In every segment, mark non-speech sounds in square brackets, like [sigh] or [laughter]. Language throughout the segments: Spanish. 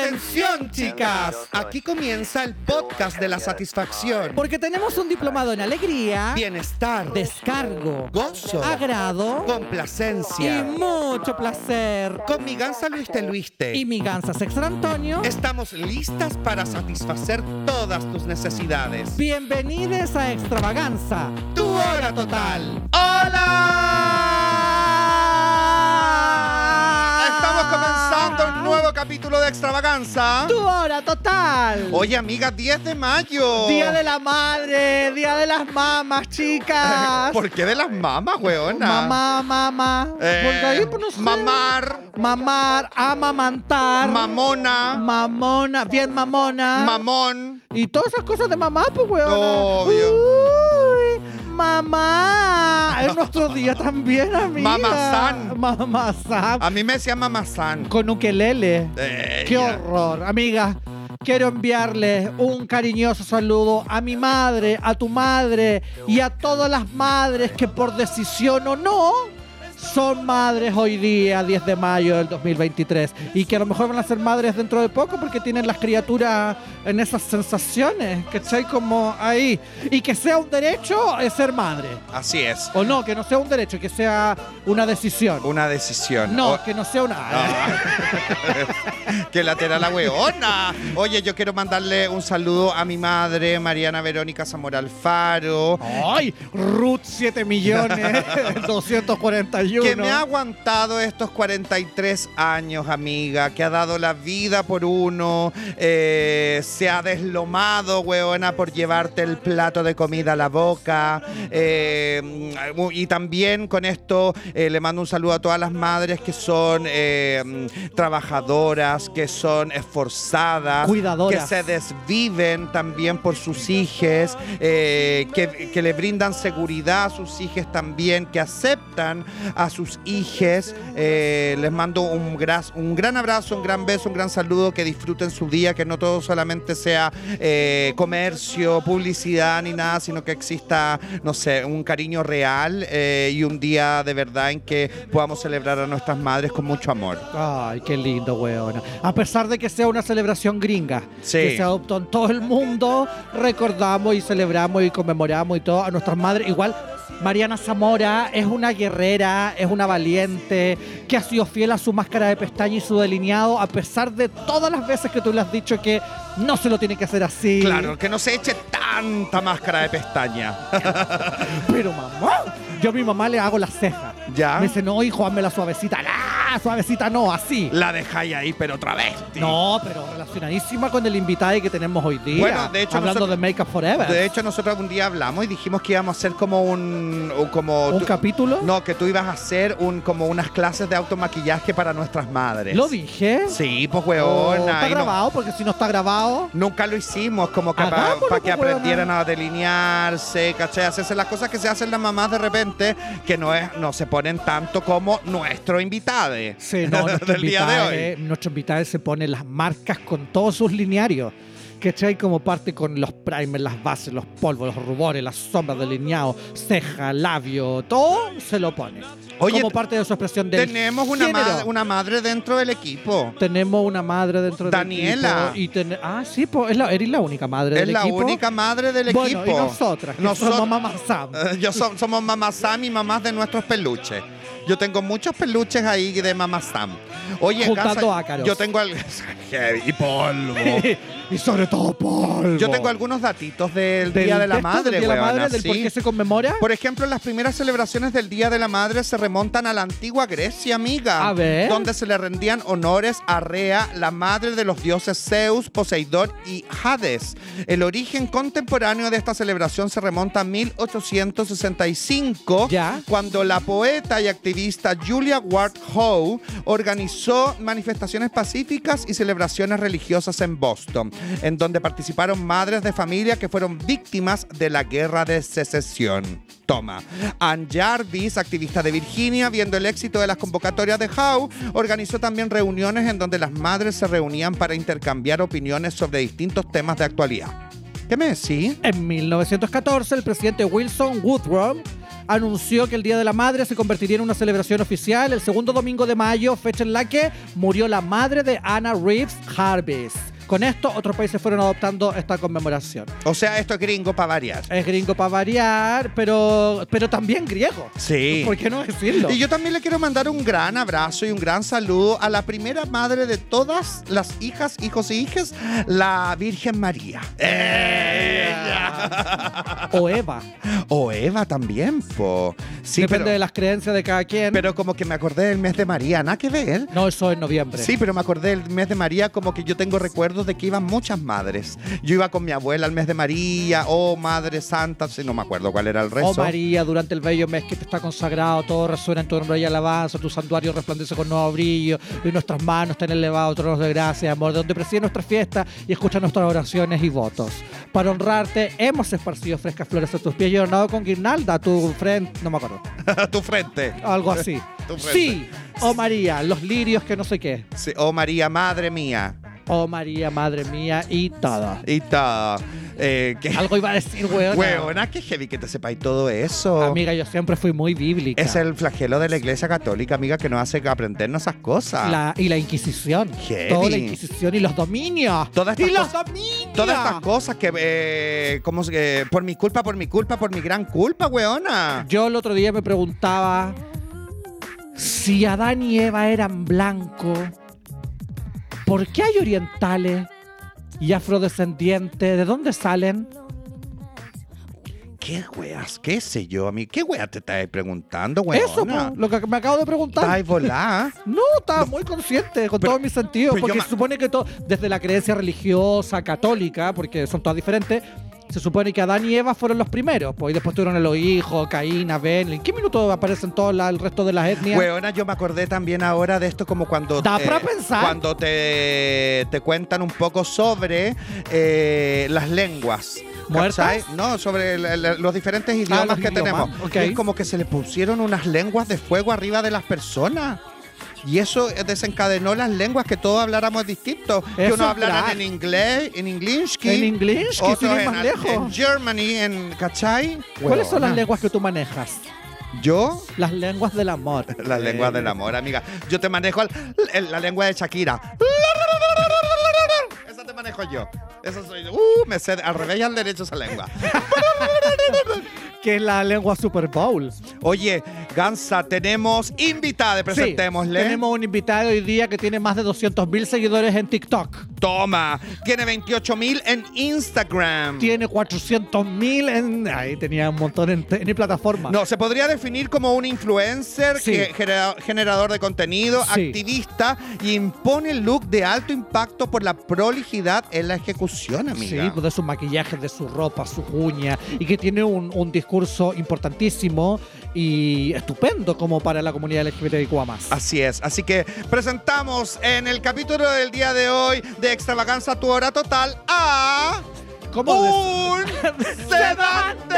Atención chicas, aquí comienza el podcast de la satisfacción, Porque tenemos un diplomado en alegría, bienestar, descargo, gozo, agrado y complacencia. mucho placer. Con mi ganza Luis de Luiste. Y mi ganza Sextra Antonio. Estamos listas para satisfacer todas tus necesidades. Bienvenidos a Extravaganza. Tu hora total. ¡Hola! Ah, Estamos comenzando un nuevo capítulo de Extravaganza. Ah, Tu hora total. Oye, amiga, 10 de mayo. Día de la madre, día de las mamas, chicas. [laughs] ¿Por qué de las mamas, weona? Mamá, mamá. Eh, Porque ahí, pues, no sé. Mamar, Mamar, amamantar. mamona, Mamona, bien mamona. mamón. Y todas esas cosas de mamá, pues, weón. Obvio. Uy, mamá. Es nuestro día también, amiga. Mamazán. Mamazán. A mí me decía mamazán. Con ukelele. Eh, Qué ya. horror. Amiga, quiero enviarles un cariñoso saludo a mi madre, a tu madre y a todas las madres que por decisión o no son madres hoy día, 10 de mayo del 2023. Y que a lo mejor van a ser madres dentro de poco porque tienen las criaturas en esas sensaciones, ¿cachai? Como ahí. Y que sea un derecho eh, ser madre. Así es. O no, que no sea un derecho, que sea una decisión. Una decisión. No, O- que no sea una... ¡Qué lateral la weona! Oye, yo quiero mandarle un saludo a mi madre, Mariana Verónica Zamora Alfaro, ¡Ay! Ruth 7 [laughs] millones 241. que me ha aguantado estos 43 años, amiga, que ha dado la vida por uno, eh, se ha deslomado, weona, por llevarte el plato de comida a la boca. eh, y también con esto eh, le mando un saludo a todas las madres que son eh, trabajadoras, que son esforzadas, Cuidadoras. que se desviven también por sus hijos, que, que le brindan seguridad a sus hijos también, que aceptan a sus hijos. les mando un, gras- un gran abrazo, un gran beso, un gran saludo, que disfruten su día, que no todo solamente sea eh, comercio, publicidad ni nada, sino que exista, no sé, un cariño real eh, y un día de verdad en que podamos celebrar a nuestras madres con mucho amor. Ay, qué lindo, weona. A pesar de que sea una celebración gringa, Sí. que se adoptó en todo el mundo, recordamos y celebramos y conmemoramos y todo a nuestras madres. Igual, Mariana Zamora es una guerrera, es una valiente, que ha sido fiel a su máscara de pestaña y su delineado, a pesar de todas las veces que tú le has dicho que no se lo tiene que hacer así. Claro, que no se eche tanta máscara de pestaña. Pero mamá, yo a mi mamá le hago las cejas. ¿Ya? Me dice, no, hijo, hazme la suavecita. ¡Ah! Suavecita no, así. La dejáis ahí, pero travesti. No, pero relacionadísima con el invitado que tenemos hoy día. Bueno, de hecho, Hablando nosotros- de Make Up Forever. De hecho, nosotros un día hablamos y dijimos que íbamos a hacer como un. o Como ¿Un tú- capítulo? No, que tú ibas a hacer un, como unas clases de automaquillaje para nuestras madres. ¿Lo dije? Sí, pues, Oh, weona. ¿Está y no- grabado? Porque si no está grabado... nunca lo hicimos, como que para Hagámoslo, que pues, weona. aprendieran a delinearse, ¿cachai? Hacerse las cosas que se hacen las mamás de repente, que no, es, no se ponen tanto como nuestro invitado. Sí, [laughs] no, nuestro Del día de invitado, hoy. eh, nuestro invitado se pone las marcas con todos sus linearios. ¿Cachai? Como parte con los primers, las bases, los polvos, los rubores, las sombras delineados, ceja, labio, todo se lo pone. Oye, como parte de su expresión del Tenemos una, género. madre- una madre dentro del equipo. Tenemos una madre dentro de Daniela. Y ten- ah, sí, po, es la, eres la única madre Es del la equipo. única madre del bueno, equipo. y nosotras, que Nosot- somos mamá Sam. Eh, Yo so- somos Mamá Sam y mamás de nuestros peluches. Yo tengo muchos peluches ahí de Mamá Sam. Oye, Juntando Gaza, ácaros. yo tengo al- [laughs] y [laughs] polvo. y sobre todo polvo. Eh. Yo tengo algunos datitos del, Del Día de la texto Madre, del Día de la weona, Madre, del por sí. qué se conmemora. Por ejemplo, las primeras celebraciones del Día de la Madre se remontan a la antigua Grecia, amiga. A ver. Donde se le rendían honores a Rea, la madre de los dioses Zeus, Poseidón y Hades. El origen contemporáneo de esta celebración se remonta a 1865, Ya. cuando la poeta y activista Julia Ward Howe organizó manifestaciones pacíficas y celebraciones religiosas en Boston, en donde participaron madres de familia que fueron víctimas de la guerra de secesión. Toma. Ann Jarvis, activista de Virginia, viendo el éxito de las convocatorias de Howe, organizó también reuniones en donde las madres se reunían para intercambiar opiniones sobre distintos temas de actualidad. ¿Qué me decís? En 1914, el presidente Wilson Woodrow anunció que el Día de la Madre se convertiría en una celebración oficial el segundo domingo de mayo, fecha en la que murió la madre de Anna Reeves Harvis. Con esto, otros países fueron adoptando esta conmemoración. O sea, esto es gringo para variar. Es gringo para variar, pero, pero también griego. Sí. ¿Por qué no decirlo? Y yo también le quiero mandar un gran abrazo y un gran saludo a la primera madre de todas las hijas, hijos e hijas, la Virgen María. ¡Ella! O Eva. O Eva también, po. Sí, Depende pero, de las creencias de cada quien. pero como que me acordé del mes de María, nada que ver. no, eso es noviembre. Sí, pero me acordé del mes de María como que yo tengo recuerdos de que iban muchas madres. Yo iba con mi abuela al mes de María, oh Madre Santa, sí, no me acuerdo cuál era el rezo. Oh María, durante el bello mes que te está consagrado, todo resuena en tu nombre y alabanza, tu santuario resplandece con nuevo brillo, y nuestras manos están elevados tronos de gracia, amor, de donde preside nuestra fiesta y escucha nuestras oraciones y votos. Para honrarte, hemos esparcido frescas flores a tus pies y ornado con guirnalda a tu frente, no me acuerdo, [laughs] tu frente. algo así. [laughs] Tu frente. sí, oh María, los lirios que no sé qué. Sí, oh María, madre mía. Oh María, madre mía, y todo. Y ta, eh, que- Algo iba a decir, weón. Huevona, qué heavy que te sepáis todo eso. Amiga, yo siempre fui muy bíblica. es el flagelo de la iglesia católica, amiga, que nos hace aprendernos esas cosas. La- y la Inquisición. Heavy. Toda la Inquisición y los dominios. Todas y estas los cosas- dominios. Todas estas cosas que, eh, como, eh, por mi culpa, por mi culpa, por mi gran culpa, weona. Yo el otro día me preguntaba si Adán y Eva eran blancos, ¿por qué hay orientales y afrodescendientes? ¿De dónde salen? ¿Qué weas? ¿Qué sé yo, a mí? ¿Qué weas te estáis preguntando, weona? Eso, pues, po, lo que me acabo de preguntar. Estáis volá. No, estaba muy consciente con Pero- todos mis sentidos, pero yo porque ma- se supone que todo, desde la creencia religiosa, católica, porque son todas diferentes, se supone que Adán y Eva fueron los primeros, pues, y después tuvieron a los hijos, Caín, Abel. ¿En qué minuto aparecen todas las- el resto de las etnias? Weona, yo me acordé también ahora de esto como cuando... Da eh, pra pensar. Cuando te, te cuentan un poco sobre eh, las lenguas. ¿Muertas? Ah, ¿cachai? No, sobre la- la- los diferentes idiomas los que idiomas, tenemos. ok. Y Es como que se le pusieron unas lenguas de fuego arriba de las personas. Y eso eh, desencadenó las lenguas que todos habláramos distintos. que Eso unos es hablaran crack. en inglés, en inglés, En inglés, que sin otros ir en, más al- en lejos. Germany, en, ¿cachai? ¿Cuáles son las Weona. lenguas que tú manejas? Yo Las lenguas del [laughs] amor. las lenguas del amor, amiga. Yo te manejo el- el- la lengua de Shakira. Esa te manejo yo. Esa soy yo. Uh, me sé al revés y al derecho esa lengua. Que es la lengua Super Bowl. Oye, Gansa, tenemos invitada. Sí, Presentémosle. tenemos un invitado hoy día que tiene más de 200.000 seguidores en TikTok. Toma. Tiene 28 mil en Instagram. Tiene 400.000 en... Ahí tenía un montón en, en plataforma. No, se podría definir como un influencer, Sí. que- genera- generador de contenido, Sí. activista y impone look de alto impacto por la prolijidad en la ejecución, amiga. Sí, pues de sus maquillajes, de su ropa, sus uñas, y que tiene un, un discurso importantísimo y estupendo como para la comunidad LGBTIQ más. Así es, así que presentamos en el capítulo del día de hoy de Extravaganza Tu Hora Total a... ¿Cómo des- ¡Un [laughs] sedante!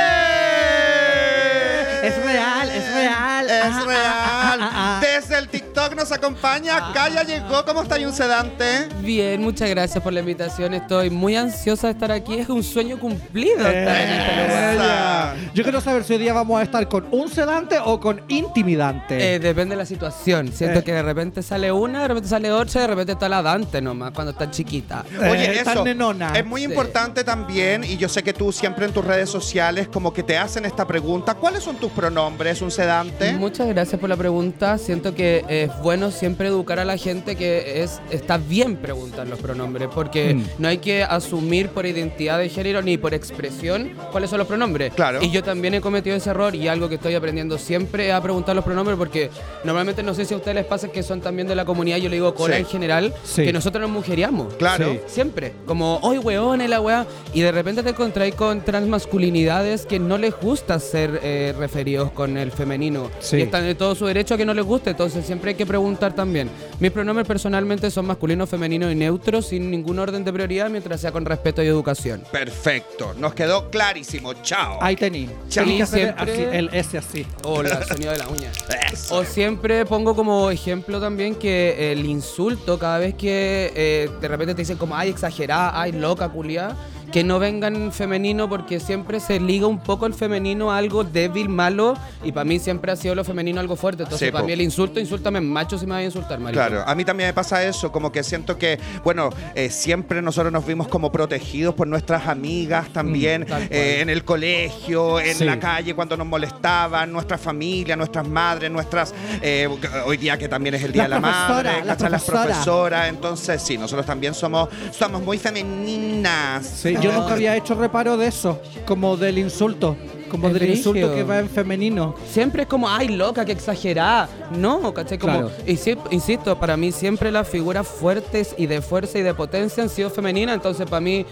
Es real, es real. Es Ah, ah, real. ah, ah, ah. Desde el TikTok nos acompaña Kaya llegó. ¿Cómo está ahí un sedante? Bien, muchas gracias por la invitación. Estoy muy ansiosa de estar aquí. Es un sueño cumplido estar en este lugar. Ella. Eh, Yo quiero saber si hoy día vamos a estar con un sedante o con intimidante. Eh, depende de la situación. Siento Eh. que de repente sale una, de repente sale otra, de repente está la Dante nomás cuando está chiquita. Eh, tan nenona. es muy Sí. importante también y yo sé que tú siempre en tus redes sociales como que te hacen esta pregunta, ¿cuáles son tus pronombres, un sedante? Muchas gracias por la pregunta. Siento que es bueno siempre educar a la gente que es está bien preguntar los pronombres, porque Mm. no hay que asumir por identidad de género ni por expresión cuáles son los pronombres. Claro. Y yo también he cometido ese error y algo que estoy aprendiendo siempre es a preguntar los pronombres, porque normalmente no sé si a ustedes les pasa que son también de la comunidad, yo le digo cola Sí. en general, Sí. que nosotros nos mujeríamos. Claro. Sí. Siempre, como, hoy weón, la weá. Y de repente te encontráis con transmasculinidades que no les gusta ser eh, referidos con el femenino. Sí. Y están en todo su derecho a que no les guste. Entonces Entonces siempre hay que preguntar también. Mis pronombres personalmente son masculino, femenino y neutro, sin ningún orden de prioridad, mientras sea con respeto y educación. Perfecto, nos quedó clarísimo. Chao. Ahí tení. Chao. Tenés que hacer Siempre- así, el S así. O la sonido de la uña. Eso. O siempre pongo como ejemplo también que el insulto, cada vez que eh, de repente te dicen como, ay, exagerada, ay, loca, culiá, que no vengan femenino porque siempre se liga un poco el femenino a algo débil, malo, y para mí siempre ha sido lo femenino algo fuerte. Entonces, Sí, para po. mí el insulto, insúltame macho si me vas a insultar, maricón. Claro, a mí también me pasa eso, como que siento que, bueno, eh, siempre nosotros nos vimos como protegidos por nuestras amigas también, Mm, tal cual. eh, en el colegio, en Sí. la calle, cuando nos molestaban, nuestra familia, nuestras madres, nuestras, eh, hoy día que también es el Día Las de la Madre, profesoras, las ¿cachai? las profesoras. profesoras, entonces sí, nosotros también somos, somos muy femeninas. Sí, yo nunca había hecho reparo de eso, como del insulto, como Es del insulto brígido. que va en femenino. Siempre es como, ay, loca, que exagerada. No, ¿cachai? Como, Claro. y sí, insisto, para mí siempre las figuras fuertes y de fuerza y de potencia han sido femeninas, entonces para mí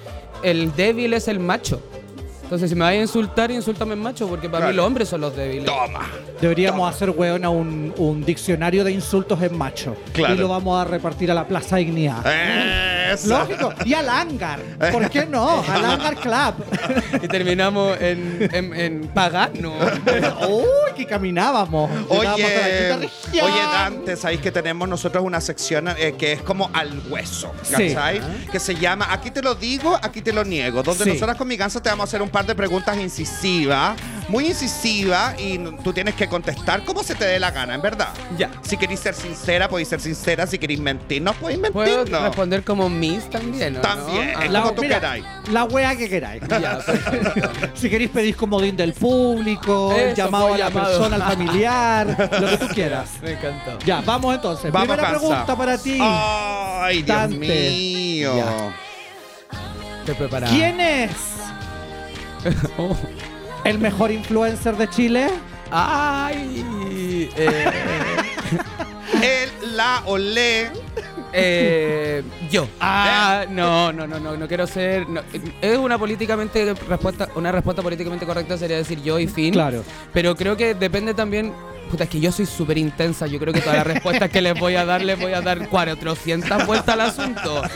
el débil es el macho. Entonces, si me vas a insultar, insultame macho, porque para Claro. mí los hombres son los débiles. Toma. Deberíamos Toma. hacer, weón, un, un diccionario de insultos en macho. Claro. Y lo vamos a repartir a la Plaza Dignidad. Eso. Lógico, y al hangar. ¿Por qué no? Al hangar club. [laughs] Y terminamos en, en, en pagano. Uy, que caminábamos. Llegábamos a la Oye, quinta región. oye, Dante, sabéis que tenemos nosotros una sección eh, que es como al hueso, Sí. ¿cachai? Que se llama Aquí te lo digo, aquí te lo niego, donde Sí. nosotras con mi ganso te vamos a hacer un par de preguntas incisivas, muy incisivas, y n- tú tienes que contestar como se te dé la gana, en verdad. Ya. Si queréis ser sincera, podéis ser sincera. Si queréis mentir, no podéis Puedo mentir. no. responder como Miss también, ¿o ¿no? También. Ah, como tú queráis. La wea que queráis. ya, perfecto. [laughs] Si queréis pedir comodín del público, Eso, llamado a fue la llamado. persona, [laughs] al familiar, lo que tú quieras. Me encantó. Ya, vamos entonces. Vamos, Ah. Primera Gansa. pregunta para ti. Ay, Dios Dante. mío. Ya. Estoy Oh. preparado. [laughs] ¿Quién es el mejor influencer de Chile? Ay. eh, El, la, olé. Eh, yo. Eh, Ah, no, no, no, no, no quiero ser. no. eh, Es una políticamente respuesta, una respuesta políticamente correcta sería decir yo y fin. Claro. Pero creo que depende también. Puta, es que yo soy súper intensa. Yo creo que todas las respuestas que les voy a dar, les voy a dar 400 vueltas al asunto. [laughs]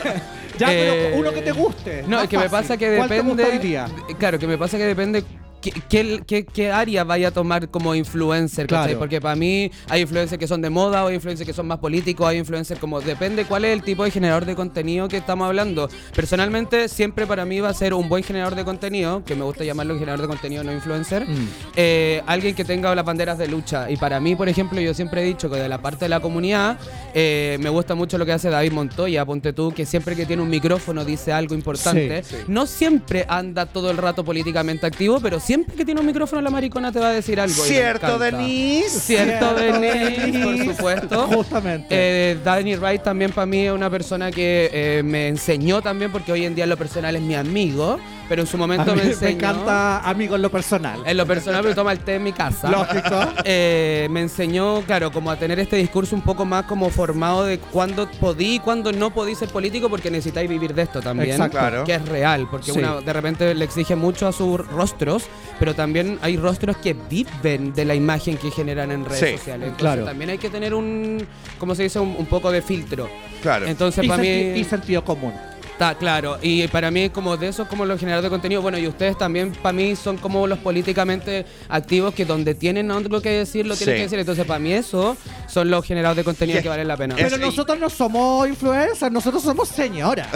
Ya, Eh, pero uno que te guste. No, más es que me fácil. pasa que ¿Cuál te depende. gusta hoy día? Claro, que me pasa que depende. qué- ¿Qué, qué- qué área vaya a tomar como influencer? ¿cachai? Claro. Porque para mí hay influencers que son de moda, hay influencers que son más políticos, hay influencers como... Depende cuál es el tipo de generador de contenido que estamos hablando. Personalmente, siempre para mí va a ser un buen generador de contenido, que me gusta llamarlo generador de contenido, no influencer. Mm. eh, alguien que tenga las banderas de lucha. Y para mí, por ejemplo, yo siempre he dicho que de la parte de la comunidad, eh, me gusta mucho lo que hace David Montoya, ponte tú, que siempre que tiene un micrófono dice algo importante. Sí, sí. No siempre anda todo el rato políticamente activo, pero siempre que tiene un micrófono la maricona te va a decir algo. y me Cierto, encanta. Denise. Cierto, Denise, por Denise. supuesto. Justamente. Eh, Danny Wright también para mí es una persona que eh, me enseñó también, porque hoy en día en lo personal es mi amigo, pero en su A momento mí me me, enseñó. encanta, amigo, en lo personal. En lo personal, pero toma el té en mi casa. Lógico. Eh, me enseñó, claro, como a tener este discurso un poco más como formado de cuándo podí y cuándo no podí ser político porque necesitáis vivir de esto también. Exacto. Claro. Que es real, porque Sí. una de repente le exige mucho a sus rostros, pero también hay rostros que viven de la imagen que generan en redes Sí. sociales. Entonces Claro. también hay que tener un, ¿cómo se dice? Un, un poco de filtro. Claro. Entonces y, para mí... senti- y sentido común. Está claro, y para mí como de eso como los generadores de contenido, bueno, y ustedes también para mí son como los políticamente activos que donde tienen algo que decir lo tienen Sí. que decir, entonces para mí eso son los generadores de contenido Y es- que valen la pena. es- Pero y- nosotros no somos influencers, nosotros somos [laughs] señoras.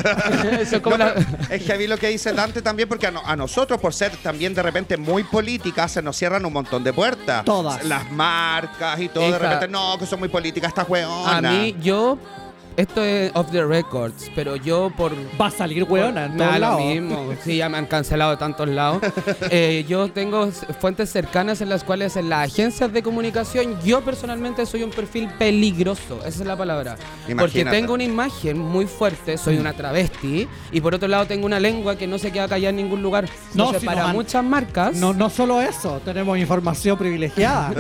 Son como No, la- pero [laughs] Es que vi lo que dice Dante también, porque a, no- a nosotros, por ser también de repente muy políticas, se nos cierran un montón de puertas. Todas. Las marcas y todo, de Hija. repente, no, que son muy políticas estas A weonas. mí yo, esto es off the records, pero yo por... Va a salir hueona en Me da todos lo lados. mismo, sí, ya me han cancelado de tantos [laughs] lados. Eh, yo tengo s- fuentes cercanas en las cuales en las agencias de comunicación yo personalmente soy un perfil peligroso, esa es la palabra. Porque Imagínate. tengo una imagen muy fuerte, soy Mm. una travesti y por otro lado tengo una lengua que no se queda callada en ningún lugar. No, Entonces, si para nos han- muchas marcas... No, no solo eso, tenemos información [laughs] Eh. privilegiada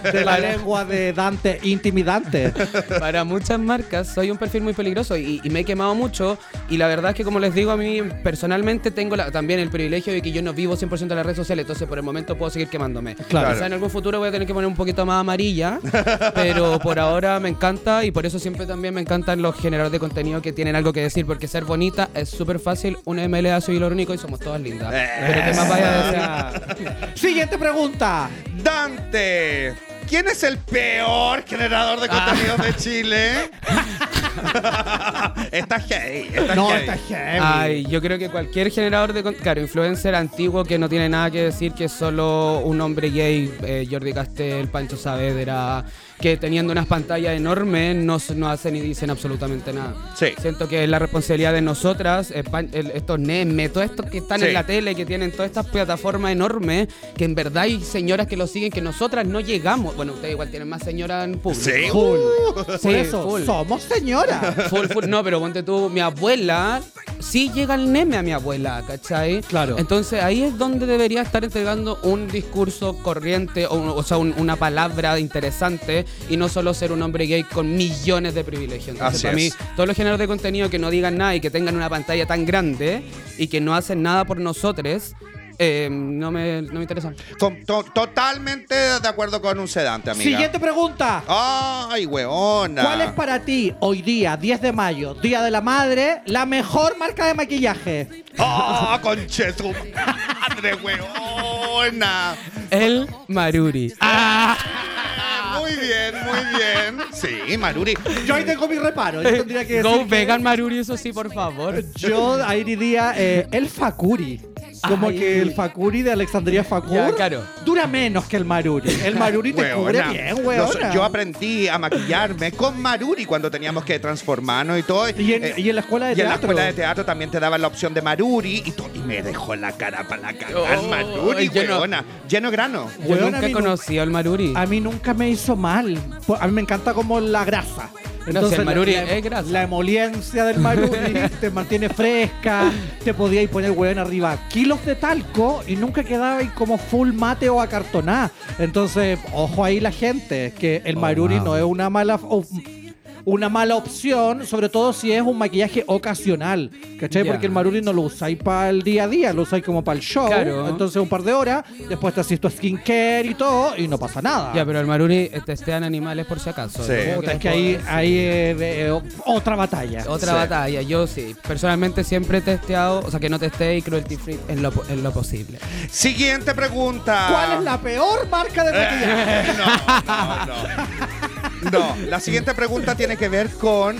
de la lengua de Dante intimidante. Para muchas marcas soy un perfil muy peligroso y, y me he quemado mucho. Y la verdad es que, como les digo, a mí personalmente tengo la- también el privilegio de que yo no vivo 100% de las redes sociales, entonces por el momento puedo seguir quemándome. Claro. Quizá en algún futuro voy a tener que poner un poquito más amarilla, pero por ahora me encanta y por eso siempre también me encantan los generadores de contenido que tienen algo que decir, porque ser bonita es súper fácil, una MLA soy lo único y somos todas lindas. Pero ¿qué más vaya a desear? Eh. Siguiente pregunta. Dante, ¿quién es el peor generador de Ah. contenidos de [laughs] Chile? está heavy, está No, heavy. está heavy. Ay, yo creo que cualquier generador de con- claro, influencer antiguo que no tiene nada que decir, que es solo un hombre gay, eh, Jordi Castel, Pancho Saavedra, que teniendo unas pantallas enormes no, s- no hacen y dicen absolutamente nada. Sí. Siento que es la responsabilidad de nosotras, eh, pan- el- estos Neme, todos estos que están Sí. en la tele, que tienen todas estas plataformas enormes, que en verdad hay señoras que lo siguen, que nosotras no llegamos. Bueno, ustedes igual tienen más señoras en público. Sí. Full. Uh, Por Sí, eso, full. [laughs] somos señoras. Full, full. No, pero ponte tú, mi abuela, sí llega el neme a mi abuela, ¿cachai? Claro. Entonces ahí es donde debería estar entregando un discurso corriente, o, un- o sea, un- una palabra interesante, y no solo ser un hombre gay con millones de privilegios. Entonces, Así para mí, es. todos los géneros de contenido que no digan nada y que tengan una pantalla tan grande y que no hacen nada por nosotros, eh, no, me, no me interesan. Con- to- totalmente de acuerdo con un sedante, amiga. Siguiente pregunta. Ay, weona. ¿Cuál es para ti hoy día, 10 de mayo, Día de la Madre, la mejor marca de maquillaje? ¡Ah, conche tu madre, weona! El Maruri. Ah, Ah, Muy bien, muy bien. Sí, Maruri. Yo ahí tengo mi reparo. Yo tendría que [laughs] Go decir que- vegan Maruri, eso sí, por favor. Yo ahí diría eh, el Fakuri. Como Ay. que el Fakuri de Alexandria Fakur Ya, claro. dura menos que el Maruri. El Maruri te cubre Weona. bien, Los- weona. yo aprendí a maquillarme con Maruri cuando teníamos que transformarnos y todo. Eh, Y en- y en la escuela de y en la teatro. escuela de teatro también te daban la opción de Maruri y, to- y me dejó la cara para la cara. Oh, Maruri, lleno- weona. Lleno de grano. Yo Weón, a nunca mí he nunca- conocido al Maruri. A mí nunca me hizo mal. Po- A mí me encanta como la grasa. si el la- maruri la, es grasa. la emoliencia del [laughs] maruri te mantiene fresca, te podíais poner hueón arriba kilos de talco y nunca quedabais como full mate o acartoná. Entonces, ojo ahí la gente, que el Oh, maruri wow. no es una mala o- una mala opción, sobre todo si es un maquillaje ocasional, ¿cachai? Ya. Porque el maruri no lo usáis para el día a día, lo usáis como para el show, Claro. entonces un par de horas, después te haces tu skincare y todo y no pasa nada. Ya, pero el Maruri eh, testean animales por si acaso. Sí. Lo único Ah, Puta, es les que puedo ahí, ah, decir. ahí eh, eh, o- otra batalla. Otra Sí. batalla, yo sí. Personalmente siempre he testeado, o sea, que no testeé y cruelty free en lo, po- en lo posible. Siguiente pregunta. ¿Cuál es la peor marca de maquillaje? no, no. No, la siguiente pregunta tiene que ver con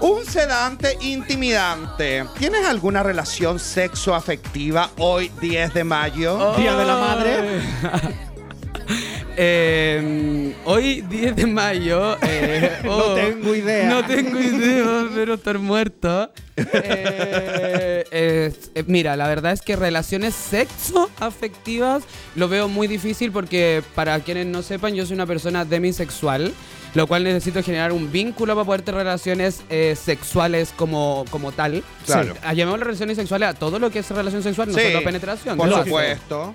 un sedante intimidante. ¿Tienes alguna relación sexo afectiva hoy 10 de Oh, mayo? Día de la madre. Eh, hoy, 10 de mayo. eh, [laughs] No oh, tengo idea. No tengo idea, pero estar muerto. Eh, eh, eh, mira, la verdad es que relaciones sexo-afectivas lo veo muy difícil porque, para quienes no sepan, yo soy una persona demisexual, lo cual necesito generar un vínculo para poder tener relaciones eh, sexuales como, como tal. Claro. Sí. Ah, Llamemos relaciones sexuales a todo lo que es relación sexual, no Sí, solo penetración. Por Claro. supuesto.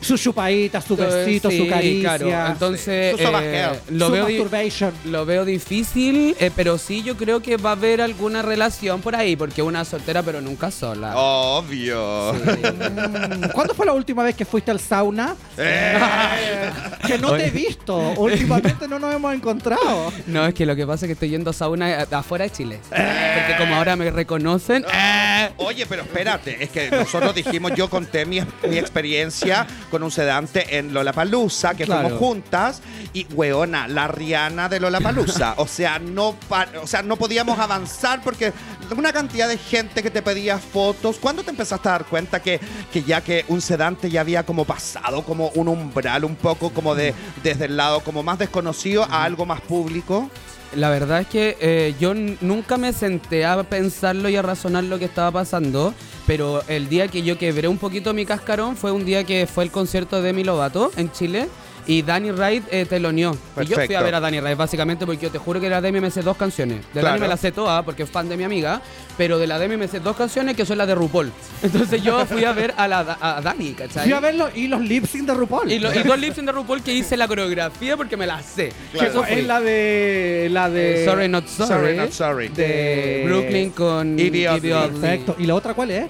Su chupadita, su Entonces, besito, su sí, caricia. claro. Entonces, Su sobajeo. eh, lo su veo di- masturbation. lo veo difícil, eh, pero sí yo creo que va a haber alguna relación por ahí, porque una es soltera pero nunca sola. Oh. Obvio. Mm, ¿Cuándo fue la última vez que fuiste al sauna? Eh. Que no te he visto. Últimamente no nos hemos encontrado. No, es que lo que pasa es que estoy yendo a sauna eh, afuera de Chile. Porque como ahora me reconocen, eh, Oye, pero espérate, es que nosotros dijimos, yo conté mi, mi experiencia con un sedante en Lollapalooza, que Claro. fuimos juntas, y weona, la Rihanna de [laughs] Lollapalooza. o, sea, no pa- o sea, no podíamos avanzar porque una cantidad de gente que te pedía fotos. ¿Cuándo te empezaste a dar cuenta que, que ya que un sedante ya había como pasado como un umbral un poco como de desde el lado como más desconocido a algo más público? la verdad es que eh, yo n- nunca me senté a pensarlo y a razonar lo que estaba pasando, pero el día que yo quebré un poquito mi cascarón fue un día que fue el concierto de Demi Lovato en Chile. Y Danny Wright eh, teloneó. Y yo fui a Perfecto. ver a Danny Wright, básicamente, porque yo te juro que de la Demi me sé dos canciones. De la Claro. Demi me las sé todas, porque es fan de mi amiga, pero de la Demi me sé dos canciones que son las de RuPaul. [laughs] Entonces yo fui a ver a, la, a Dani, ¿cachai? Fui a verlo y los lip sync de RuPaul. Y, lo- y dos lips de RuPaul que hice la coreografía porque me las sé. Que Eso fui. es la de. La de. Eh, sorry, not sorry. Sorry, not sorry. De Brooklyn con Idiot. Idiot. Perfecto. ¿Y la otra cuál es?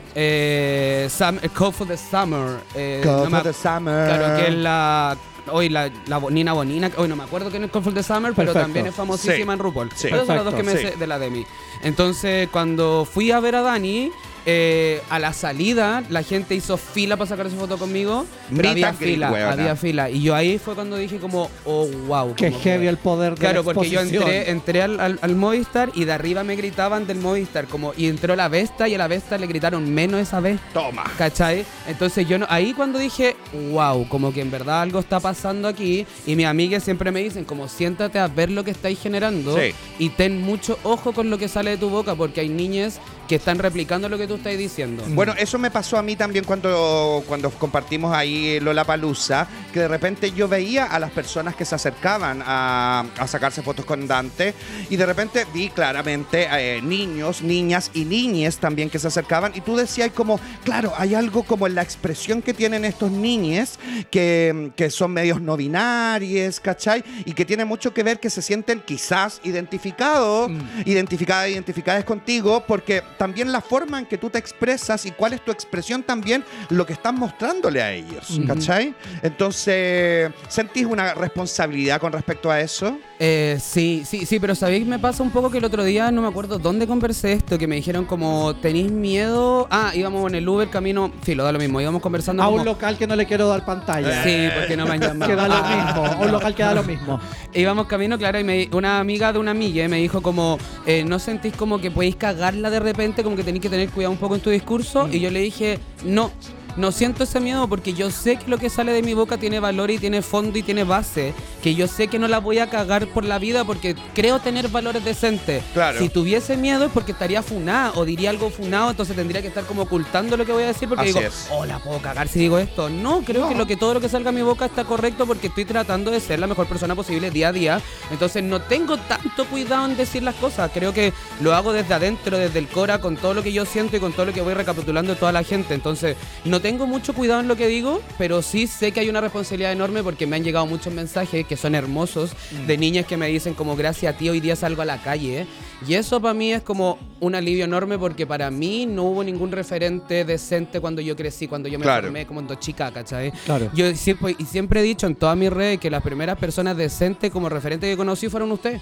Eh, Sam- eh, Code for the Summer. eh, Go no me for the ac- summer. Claro, que es la. Hoy la, la Bonina Bonina, hoy no me acuerdo quién es Call for the Summer, pero Perfecto. también es famosísima Sí. en RuPaul. Sí. Pero son las dos Perfecto. que me Sí. sé de la Demi. Entonces, cuando fui a ver a Dani, eh, a la salida, la gente hizo fila para sacarse foto conmigo, pero Meet había and greet, fila, huevona. había fila. Y yo ahí fue cuando dije como, oh, wow. Que como heavy que- el poder de Claro, la porque yo exposición. entré, entré al, al- al Movistar y de arriba me gritaban del Movistar, como, y entró la Vesta y a la Vesta le gritaron menos esa vez, Toma. ¿cachai? Entonces yo no, ahí cuando dije, wow, como que en verdad algo está pasando aquí, y mis amigas siempre me dicen, como, siéntate a ver lo que estáis generando Sí. y ten mucho ojo con lo que sale de tu boca, porque hay niñas que están replicando lo que tú estás diciendo. Bueno, eso me pasó a mí también cuando, cuando compartimos ahí Lola Palusa, que de repente yo veía a las personas que se acercaban a, a sacarse fotos con Dante y de repente vi claramente eh, niños, niñas y niñes también que se acercaban y tú decías como, claro, hay algo como en la expresión que tienen estos niñes que, que son medios no binarios, ¿cachai? Y que tiene mucho que ver que se sienten quizás identificados, identificadas, e identificadas contigo, porque también la forma en que tú te expresas y cuál es tu expresión también, lo que estás mostrándole a ellos, Ujú. ¿cachai? Entonces, ¿sentís una responsabilidad con respecto a eso? Eh, sí, sí, sí, pero sabéis, me pasa un poco que el otro día, no me acuerdo dónde conversé esto, que me dijeron como, ¿tenéis miedo? Ah, íbamos en el Uber camino, sí, lo da lo mismo, íbamos conversando. A un como- local que no le quiero dar pantalla. Sí, porque no me han [laughs] llamado. Que da lo Ah. mismo. A un local que da lo mismo. E Íbamos camino, claro, y me- una amiga de una amiga me dijo como, eh, ¿no sentís como que podéis cagarla de repente? Como que tenéis que tener cuidado un poco en tu discurso. Y yo le dije, no, no siento ese miedo porque yo sé que lo que sale de mi boca tiene valor y tiene fondo y tiene base. Que yo sé que no la voy a cagar por la vida porque creo tener valores decentes. Claro. Si tuviese miedo es porque estaría funado o diría algo funado, entonces tendría que estar como ocultando lo que voy a decir porque Así digo, es. oh, la puedo cagar si digo esto. No, creo que lo que todo lo que salga a mi boca está correcto porque estoy tratando de ser la mejor persona posible día a día. Entonces no tengo tanto cuidado en decir las cosas. Creo que lo hago desde adentro, desde el cora, con todo lo que yo siento y con todo lo que voy recapitulando de toda la gente. Entonces no tengo mucho cuidado en lo que digo, pero sí sé que hay una responsabilidad enorme porque me han llegado muchos mensajes que son hermosos Mm. de niñas que me dicen como gracias a ti hoy día salgo a la calle. Y eso para mí es como un alivio enorme porque para mí no hubo ningún referente decente cuando yo crecí, cuando yo me Claro. formé como en chica, ¿cachai? Claro. Yo siempre, y siempre he dicho en todas mis redes que las primeras personas decentes como referente que conocí fueron [gasps] ustedes.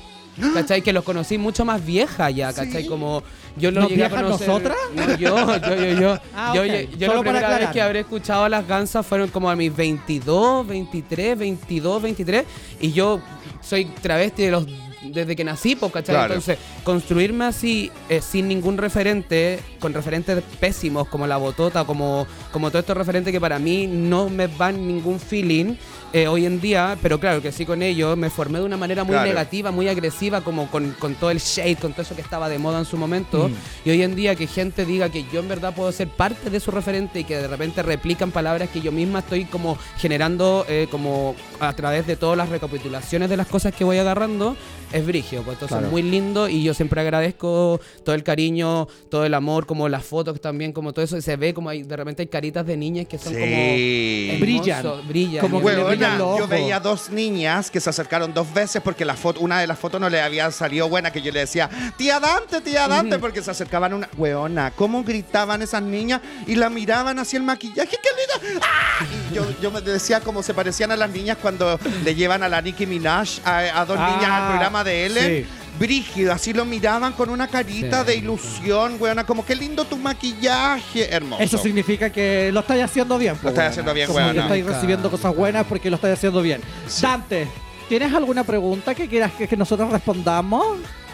¿Cachai? Que los conocí mucho más vieja ya, ¿cachai? Como yo lo ¿Nos llegué a viejas conocer. nosotras? No, yo, yo, yo, yo. [laughs] Ah, yo ok. yo- Solo yo la para primera vez aclarar. que habré escuchado a las gansas fueron como a mis 22, 23, 22, 23. Y yo soy travesti de los, desde que nací, pues, ¿cachai? Claro. Entonces, construirme así, eh, sin ningún referente, con referentes pésimos como la botota, como, como todos estos referentes que para mí no me van ningún feeling eh, hoy en día, pero claro que sí con ellos me formé de una manera muy Claro. negativa, muy agresiva, como con, con todo el shade, con todo eso que estaba de moda en su momento. Y hoy en día que gente diga que yo en verdad puedo ser parte de su referente y que de repente replican palabras que yo misma estoy como generando eh, como a través de todas las recapitulaciones de las cosas que voy agarrando, es brigio. Pues, entonces Claro. muy lindo y yo siempre agradezco todo el cariño, todo el amor, como las fotos también, como todo eso. Y se ve como hay, de repente hay caritas de niñas que son como... hermosos, Brillan. brillan. Como y que le brillan brillan Huevona, los yo ojos. veía dos niñas que se acercaron dos veces porque la foto, una de las fotos no le había salido buena, que yo le decía, tía Dante, tía Dante, porque se acercaban una. Hueona, ¿cómo gritaban esas niñas y la miraban así el maquillaje? ¡Qué linda! ¡Ah! Y Yo, yo me decía cómo se parecían a las niñas cuando le llevan a la Nicki Minaj, a, a dos Ah, niñas al programa de Ellen. sí. Brígido, así lo miraban con una carita Sí. de ilusión, weona, como qué lindo tu maquillaje, hermoso. Eso significa que lo estáis haciendo bien. Lo pues, estáis weona. haciendo bien, Como que weona. estáis recibiendo cosas buenas porque lo estáis haciendo bien. Dante, ¿tienes alguna pregunta que quieras que, que nosotros respondamos?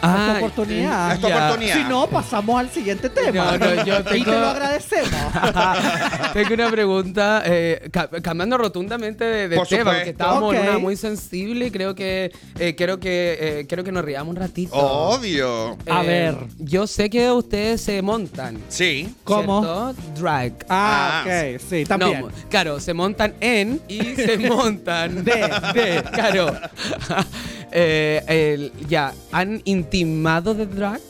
Ah, esta oportunidad. eh, esta Ya. oportunidad. Si no, pasamos al siguiente tema. No, no, [laughs] yo Y tengo- te lo agradecemos. [laughs] Tengo una pregunta, eh, ca- cambiando rotundamente de, de Por tema, porque supuesto. estábamos en Ok. una muy sensible y creo que, eh, quiero, que eh, quiero que nos riamos un ratito. Obvio. Eh, A ver. Yo sé que ustedes se montan. Sí. ¿Cómo? ¿cierto? Drag. Ah, Ah, ok, sí, también. No, claro, se montan en y [laughs] se montan de, [laughs] de, claro. Eh, el- ya, ¿han intimado de drag?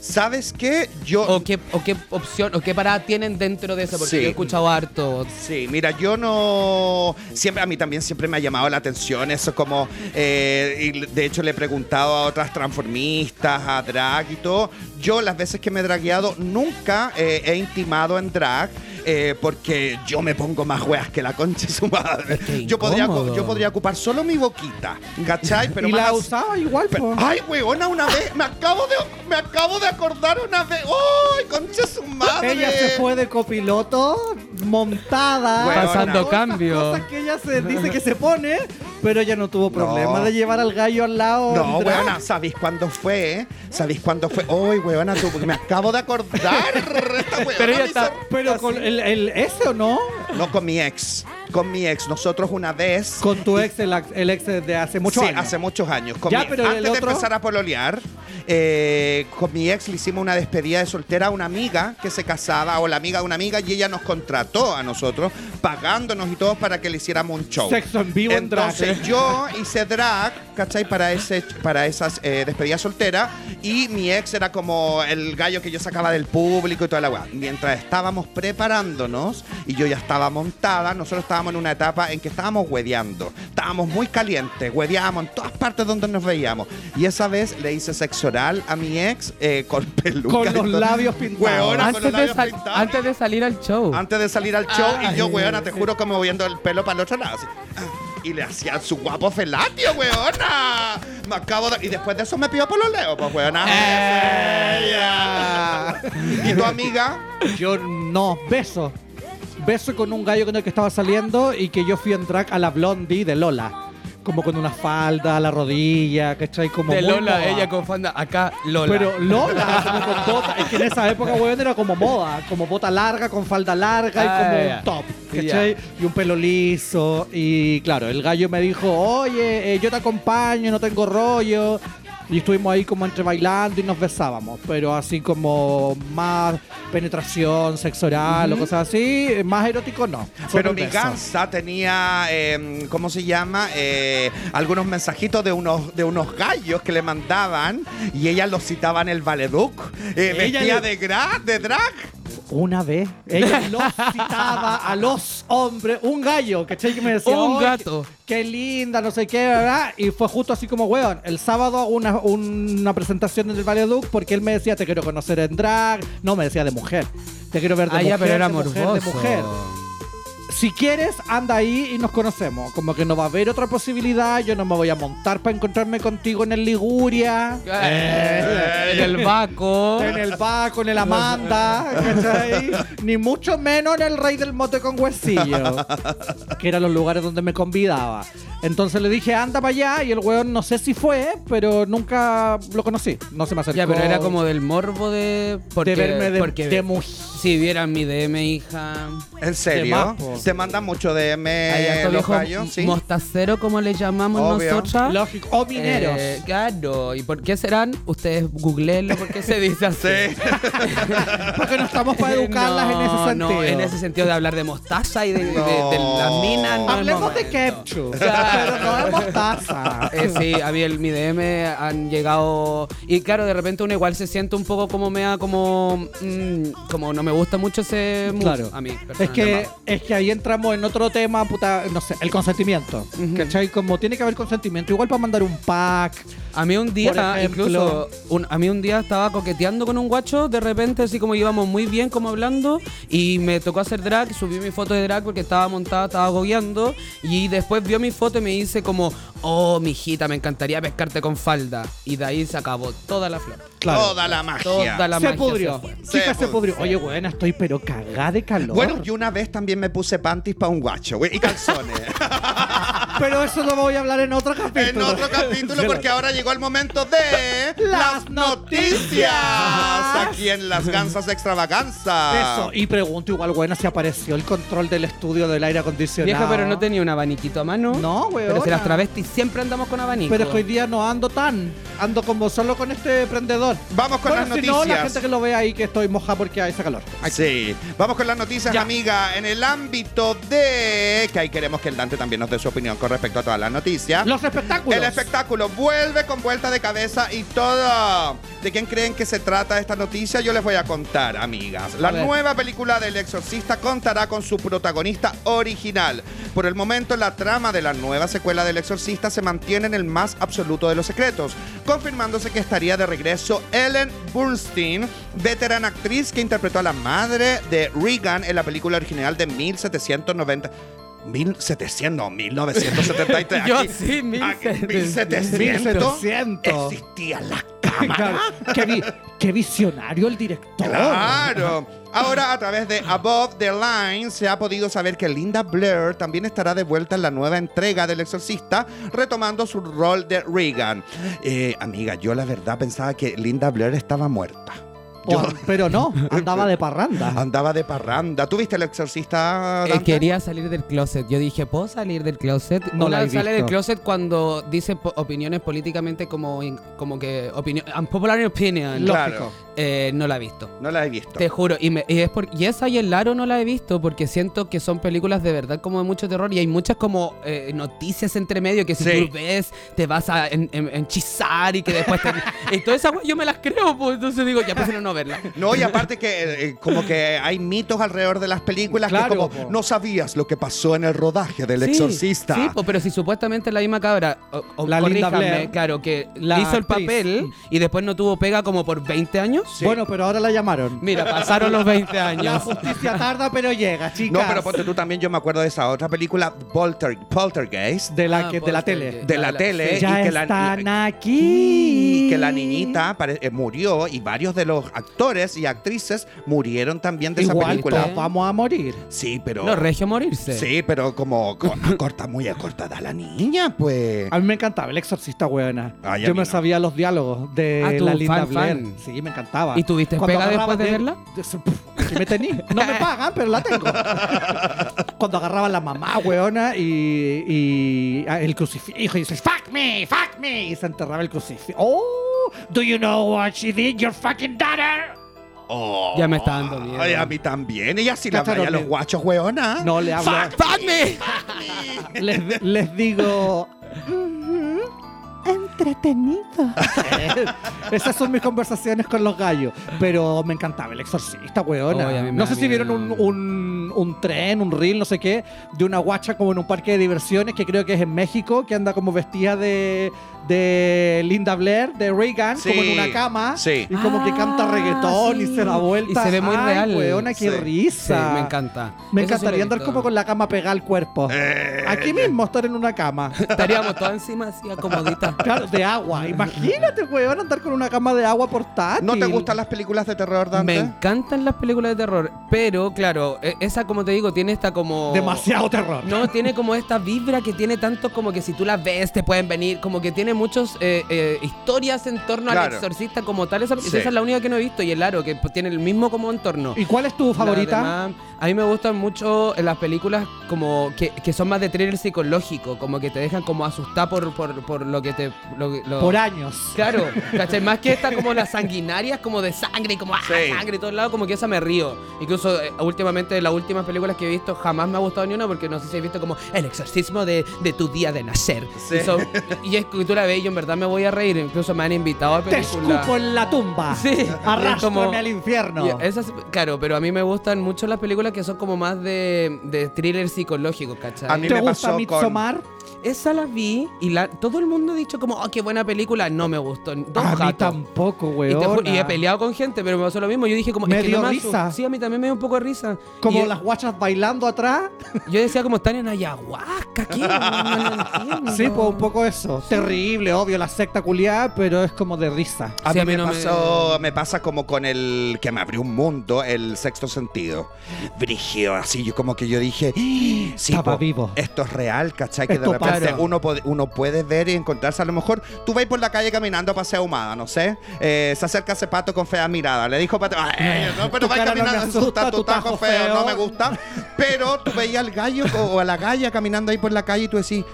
¿Sabes qué? Yo. ¿O qué, ¿O qué opción, o qué parada tienen dentro de eso? Porque Sí. yo he escuchado harto. Sí, mira, yo no. Siempre, a mí también siempre me ha llamado la atención eso, como. eh, y de hecho, le he preguntado a otras transformistas, a drag y todo. Yo, las veces que me he dragueado, nunca eh, he intimado en drag. eh, porque yo me pongo más weas que la concha de su madre. Es que Yo podría, incómodo. yo podría ocupar solo mi boquita, ¿cachai? Pero [laughs] y más la así- usaba igual, pues. Pero- po. ay, weona, una vez, me acabo de, me acabo de acordar una vez. ¡Ay, concha de su madre! Ella se fue de copiloto, montada, Bueno, Pasando con estas cambio. Cosas que ella se dice que se pone, pero ella no tuvo problema de llevar al gallo al lado. No, en drag. weona, ¿sabéis cuándo fue? eh? ¿Sabéis cuándo fue? ¡Ay, weona, tú! Porque me acabo de acordar. [laughs] Esta weona Pero ella me está- hizo- Pero con el, el- ese o no, No, con mi ex. Con mi ex. Nosotros una vez. con tu ex, el, el ex de hace mucho sí, años. hace muchos años. Con Ya, mi- pero el antes de otro- empezar a pololear, eh, con mi ex le hicimos una despedida de soltera a una amiga que se casaba, o la amiga de una amiga, y ella nos contrató a nosotros, pagándonos y todo para que le hiciéramos un show. Sexo en vivo en drag. Entonces yo hice drag, ¿cachai? Para, ese, para esas eh, despedidas solteras. Y mi ex era como el gallo que yo sacaba del público y toda la weá. Mientras estábamos preparándonos y yo ya estaba montada, nosotros estábamos en una etapa en que estábamos hueveando. Estábamos muy calientes, hueveábamos en todas partes donde nos veíamos. Y esa vez le hice sexo oral a mi ex eh, con peluca. Con y los todo. labios pintados. Weona, con Antes los de, labios sal- pintados. antes de salir al show. Antes de salir al show Ay, y yo, weona, te juro que me moviendo el pelo para el otro lado. así. Y le hacía su guapo felatio, weona. Me acabo de... Y después de eso me pidió por los leos, pues, weona. Eh. ¡Ella! ¿Y tu amiga? Yo no, beso. Beso con un gallo con el que estaba saliendo y que yo fui en drag a la blondie de Lola. Como con una falda a la rodilla, ¿cachai? Como de muy Lola, moda. ella con fanda. Acá, Lola. Pero Lola, como con bota. Es que en esa época, weón, era como moda. Como bota larga, con falda larga y Ah, como ya. un top. ¿Cachai? Y un pelo liso. Y claro, el gallo me dijo, oye, eh, yo te acompaño, no tengo rollo. Y estuvimos ahí como entre bailando y nos besábamos. Pero así como más penetración, sexo oral o cosas así. eh, Más erótico no. Solo Pero el mi beso. gansa tenía, eh, ¿cómo se llama? Eh, algunos mensajitos de unos, de unos gallos que le mandaban y ella los citaba en el Valeduc. Eh, Ella vestía le- de, gra de drag. Una vez, ella los citaba a los hombres, un gallo, ¿cachai? Que me decía, Un "Ay, gato. Qué, qué linda, no sé qué, ¿verdad? Y fue justo así como, weón, el sábado hago una, una presentación en el Valeduc porque él me decía, te quiero conocer en drag. No, me decía de mujer. Te quiero ver de Ah, mujer, ya, pero era de mujer, morboso. de mujer. Si quieres, anda ahí y nos conocemos. Como que no va a haber otra posibilidad, yo no me voy a montar para encontrarme contigo en el Liguria. Ah, Eh, en el Baco. En el Baco, en el Amanda, ¿cachai? Ni mucho menos en el Rey del Mote con Huesillo, que eran los lugares donde me convidaba. Entonces le dije, anda para allá, y el weón no sé si fue, pero nunca lo conocí. No se me acercó. Ya, pero era como del morbo de. Porque, de verme de, porque de mujer. Si vieran mi DM, hija. ¿En serio? Temazo. Te mandan mucho DM Hay harto Eh, los viejo gallos, ¿sí? Mostacero, como le llamamos Obvio. nosotras. Lógico. O Eh, mineros. claro. ¿Y por qué serán? Ustedes googleenlo porque se dice así. porque no estamos [laughs] para educarlas en ese No, sentido. No, en ese sentido de hablar de mostaza y de, de- de- de las minas. no es Hablemos de momento. ketchup, Claro. pero no de [laughs] mostaza. Eh, sí, a mí el, mi DM han llegado. Y claro, de repente uno igual se siente un poco como mea, como. mm, como no me gusta mucho ese. mood Claro. A mí, Es que, personalmente. es que ahí entramos en otro tema, puta, no sé, el consentimiento. Ujú. ¿Cachai? Como tiene que haber consentimiento, igual para mandar un pack. A mí un día, Por ejemplo. incluso, un- a mí un día estaba coqueteando con un guacho, de repente así como íbamos muy bien, como hablando, y me tocó hacer drag, subí mi foto de drag porque estaba montada, estaba gogueando, y después vio mi foto y me dice como, oh, mijita, me encantaría pescarte con falda. Y de ahí se acabó toda la flor. Toda la magia. Toda la se magia pudrió. se fue. Chica, Se se pudrió. pudrió. Oye, buena, estoy pero cagada de calor. [laughs] Bueno, yo una vez también me puse panties para un guacho, güey, y calzones. Pero eso lo voy a hablar en otro capítulo. En otro capítulo, porque ahora llegó el momento de Las las noticias aquí en las Gansas Extravaganzas. Eso. Y pregunto igual, bueno, si apareció el control del estudio del aire acondicionado. Vieja, pero no tenía un abaniquito a mano. No, weón. Pero si las travestis siempre andamos con abanico. Pero es que hoy día no ando tan. Ando como solo con este prendedor. Vamos con bueno, las si noticias. no, la gente que lo ve ahí que estoy moja porque hace calor. Sí. Vamos con las noticias, Ya. amiga. En el ámbito de. Que ahí queremos que el Dante también nos dé su opinión con respecto a todas las noticias. Los espectáculos. El espectáculo vuelve con vuelta de cabeza y todo. ¿De quién creen que se trata esta noticia? Yo les voy a contar, amigas. La A ver. nueva película del exorcista contará con su protagonista original. Por el momento, la trama de la nueva secuela del exorcista se mantiene en el más absoluto de los secretos, confirmándose que estaría de regreso Ellen Bernstein, veterana actriz que interpretó a la madre de Regan en la película original de 1790. 1700, no, 1973. [laughs] [laughs] Yo Aquí- sí, mil aquí, sete- 1700. 1700. Existía la Claro, cámara. qué, vi- qué visionario el director. Claro. Ahora, a través de Above the Line, se ha podido saber que Linda Blair también estará de vuelta en la nueva entrega del Exorcista, retomando su rol de Regan. Eh, amiga, yo la verdad pensaba que Linda Blair estaba muerta. O- pero no, andaba de parranda. Andaba de parranda. ¿Tú viste el Exorcista? Eh, Dante? quería salir del closet. Yo dije, ¿puedo salir del closet? No Una la he sale del visto. closet cuando dice po- opiniones políticamente como, in- como que opinión, unpopular opinion. Lo- Lógico. Eh, no la he visto. No la he visto. Te juro, y, me- y es por, y esa y el Laro no la he visto porque siento que son películas de verdad como de mucho terror y hay muchas como eh, noticias entre medio que si Sí. tú ves te vas a en- en- enchizar y que después te... [laughs] y todas esas weas yo me las creo, pues entonces digo, ya prefiero no verla. No, y aparte que eh, como que hay mitos alrededor de las películas Claro, que como po. no sabías lo que pasó en el rodaje del Sí, exorcista. Sí, po, pero si supuestamente la misma cabra, o- o La Linda corríjanme, Blair, claro, que la hizo el actriz. papel y después no tuvo pega como por 20 años. Bueno, pero ahora la llamaron. [laughs] Mira, pasaron los 20 La años. justicia tarda, pero llega, no, chicas. pero ponte tú también, yo me acuerdo de esa otra película, Polter- Poltergeist, De la, Ah, que, de la Poltergeist. tele. Eh, de la, La- la- tele. Eh, sí. y Ya que la- están la, aquí. y que la niñita pare- eh, murió y varios de los actores y actrices murieron también de esa Igual película. todos vamos a morir. Sí, pero... No, regio morirse. sí, pero como co- a corta, muy acortada la niña, pues... [laughs] A mí me encantaba el exorcista, weona. Ay, a Yo mí me no. sabía los diálogos de Ah, tú, la linda fan, Blair. fan. Sí, me encantaba. ¿Y tuviste Cuando pega agarraba después de de- verla? de su- puf, que me tení. No [laughs] me pagan, pero la tengo. Cuando agarraba a la mamá, weona, y, y ah, el crucifijo, y dice, fuck me, fuck me, y se enterraba el crucifijo. Oh, do you know what she did, your fucking daughter? Oh, Ya me está dando miedo. Ay, a mí también. Ella sí la Cacharon vaya a los bien. guachos, weona. No le hablo. ¡Fuck, fuck me! Les, les digo. Entretenido. [laughs] Esas son mis conversaciones con los gallos. Pero me encantaba el exorcista, weona. Oye, a mí me no da sé si vieron un, miedo. un- un tren, un reel, no sé qué, de una guacha como en un parque de diversiones que creo que es en México, que anda como vestida de, de Linda Blair, de Reagan, Sí, como en una cama. sí. Y como que canta Ah, reggaetón y sí. se da vuelta. Y se ve muy Ay, real. Weona, Sí. qué Sí, risa. me encanta. Me Eso sí lo he encantaría andar visto. como con la cama pegada al cuerpo. Eh, Aquí mismo estar en una cama. Estaríamos todos encima así [laughs] acomoditas. Claro, de agua. Imagínate, weón, andar con una cama de agua portátil. ¿No te gustan las películas de terror, Dante? Me encantan las películas de terror, pero claro, e- esa como te digo, tiene esta como... Demasiado terror. No, tiene como esta vibra que tiene tanto como que si tú la ves te pueden venir, como que tiene muchas historias en torno al Claro. exorcista como tal. Esa, Sí. esa es la única que no he visto y el aro, que pues, tiene el mismo como entorno. ¿Y cuál es tu La favorita? demás- a mí me gustan mucho eh, las películas como que, que son más de thriller psicológico, como que te dejan como asustar por, por, por lo que te... lo- lo- Por años. Claro, ¿cachai? Más que esta como las sanguinarias, como de sangre y como ah, Sí. sangre y todos lados, como que esa me río. Incluso eh, últimamente, las últimas películas que he visto, jamás me ha gustado ni una porque no sé si he visto como el exorcismo de, de tu día de nacer. Sí. Y, son- y es que tú la ves y yo en verdad me voy a reír. Incluso me han invitado a Te películas. escupo en la tumba. Sí, Arrástrame es como- al infierno. y esas- claro, pero a mí me gustan mucho las películas que son como más de, de thriller psicológico, ¿cachai? A mí ¿Te me gusta pasó con- Midsommar? Esa la vi y la, todo el mundo ha dicho como, oh, qué buena película, no me gustó. Dos a mí jatos. tampoco, Y, te ju- weón. y he peleado con gente, pero me pasó lo mismo. Yo dije como, Me es que dio no me risa. asu- Sí, a mí también me dio un poco de risa. Como Y- las guachas bailando atrás. Yo decía como están en ayahuasca, ¿qué? Ah, No [laughs] lo entiendo. Sí, pues un poco eso. Terrible, obvio, la secta culiada, pero es como de risa. A Sí, mí, a mí me, no me- pasó- me pasa como con el que me abrió un mundo, el sexto sentido. Brígido, así yo como que yo dije, "Ah, sí, Estaba po, vivo. esto es real, ¿cachai? Que Esto de repente pasa. uno, puede- uno puede ver y encontrarse. A lo mejor tú vas por la calle caminando a paseo humada, no sé. eh, se acerca ese pato con fea mirada. Le dijo pato, "Ay, no, pero Tu vas cara no me caminando, asusta, asusta, tu taco feo, no me feo". gusta. Pero tú veías al gallo o, o a la galla caminando ahí por la calle y tú decís,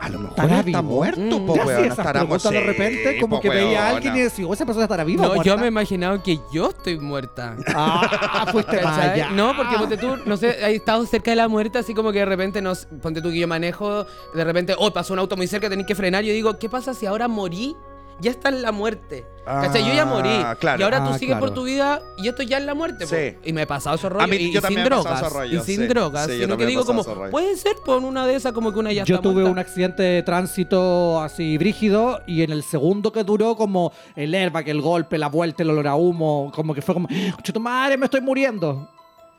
a lo mejor ¿Estará está vivo? muerto, Mm. po, Ya weón, hacía esas estará mu- preguntas de Sí, repente, como po, que veía a weona. alguien y decía, "Oh, esa persona estará viva. o No, yo muerta?". me he imaginado que yo estoy muerta. Ah, fuiste más ¿Cachai? allá. No, porque ponte tú, no sé, he estado cerca de la muerte, así como que de repente, nos, ponte tú que yo manejo, de repente, oh, pasó un auto muy cerca, tenés que frenar. Yo digo, ¿qué pasa si ahora morí? Ya está en la muerte. ¿Cachai? yo ya morí. Ah, claro. Y ahora tú Ah, sigues claro. por tu vida y esto ya es la muerte. Sí. po. Y me he pasado esos rollos. mí- y, yo también y sin me he pasado drogas. esos rollos, y sin sí. drogas. Sí, yo sino que también me he digo pasado como, esos rollos. puede ser por una de esas como que una ya Yo está tuve un muerta. accidente de tránsito así brígido y en el segundo que duró como el airbag, el golpe, la vuelta, el olor a humo, como que fue como, chuto madre, me estoy muriendo.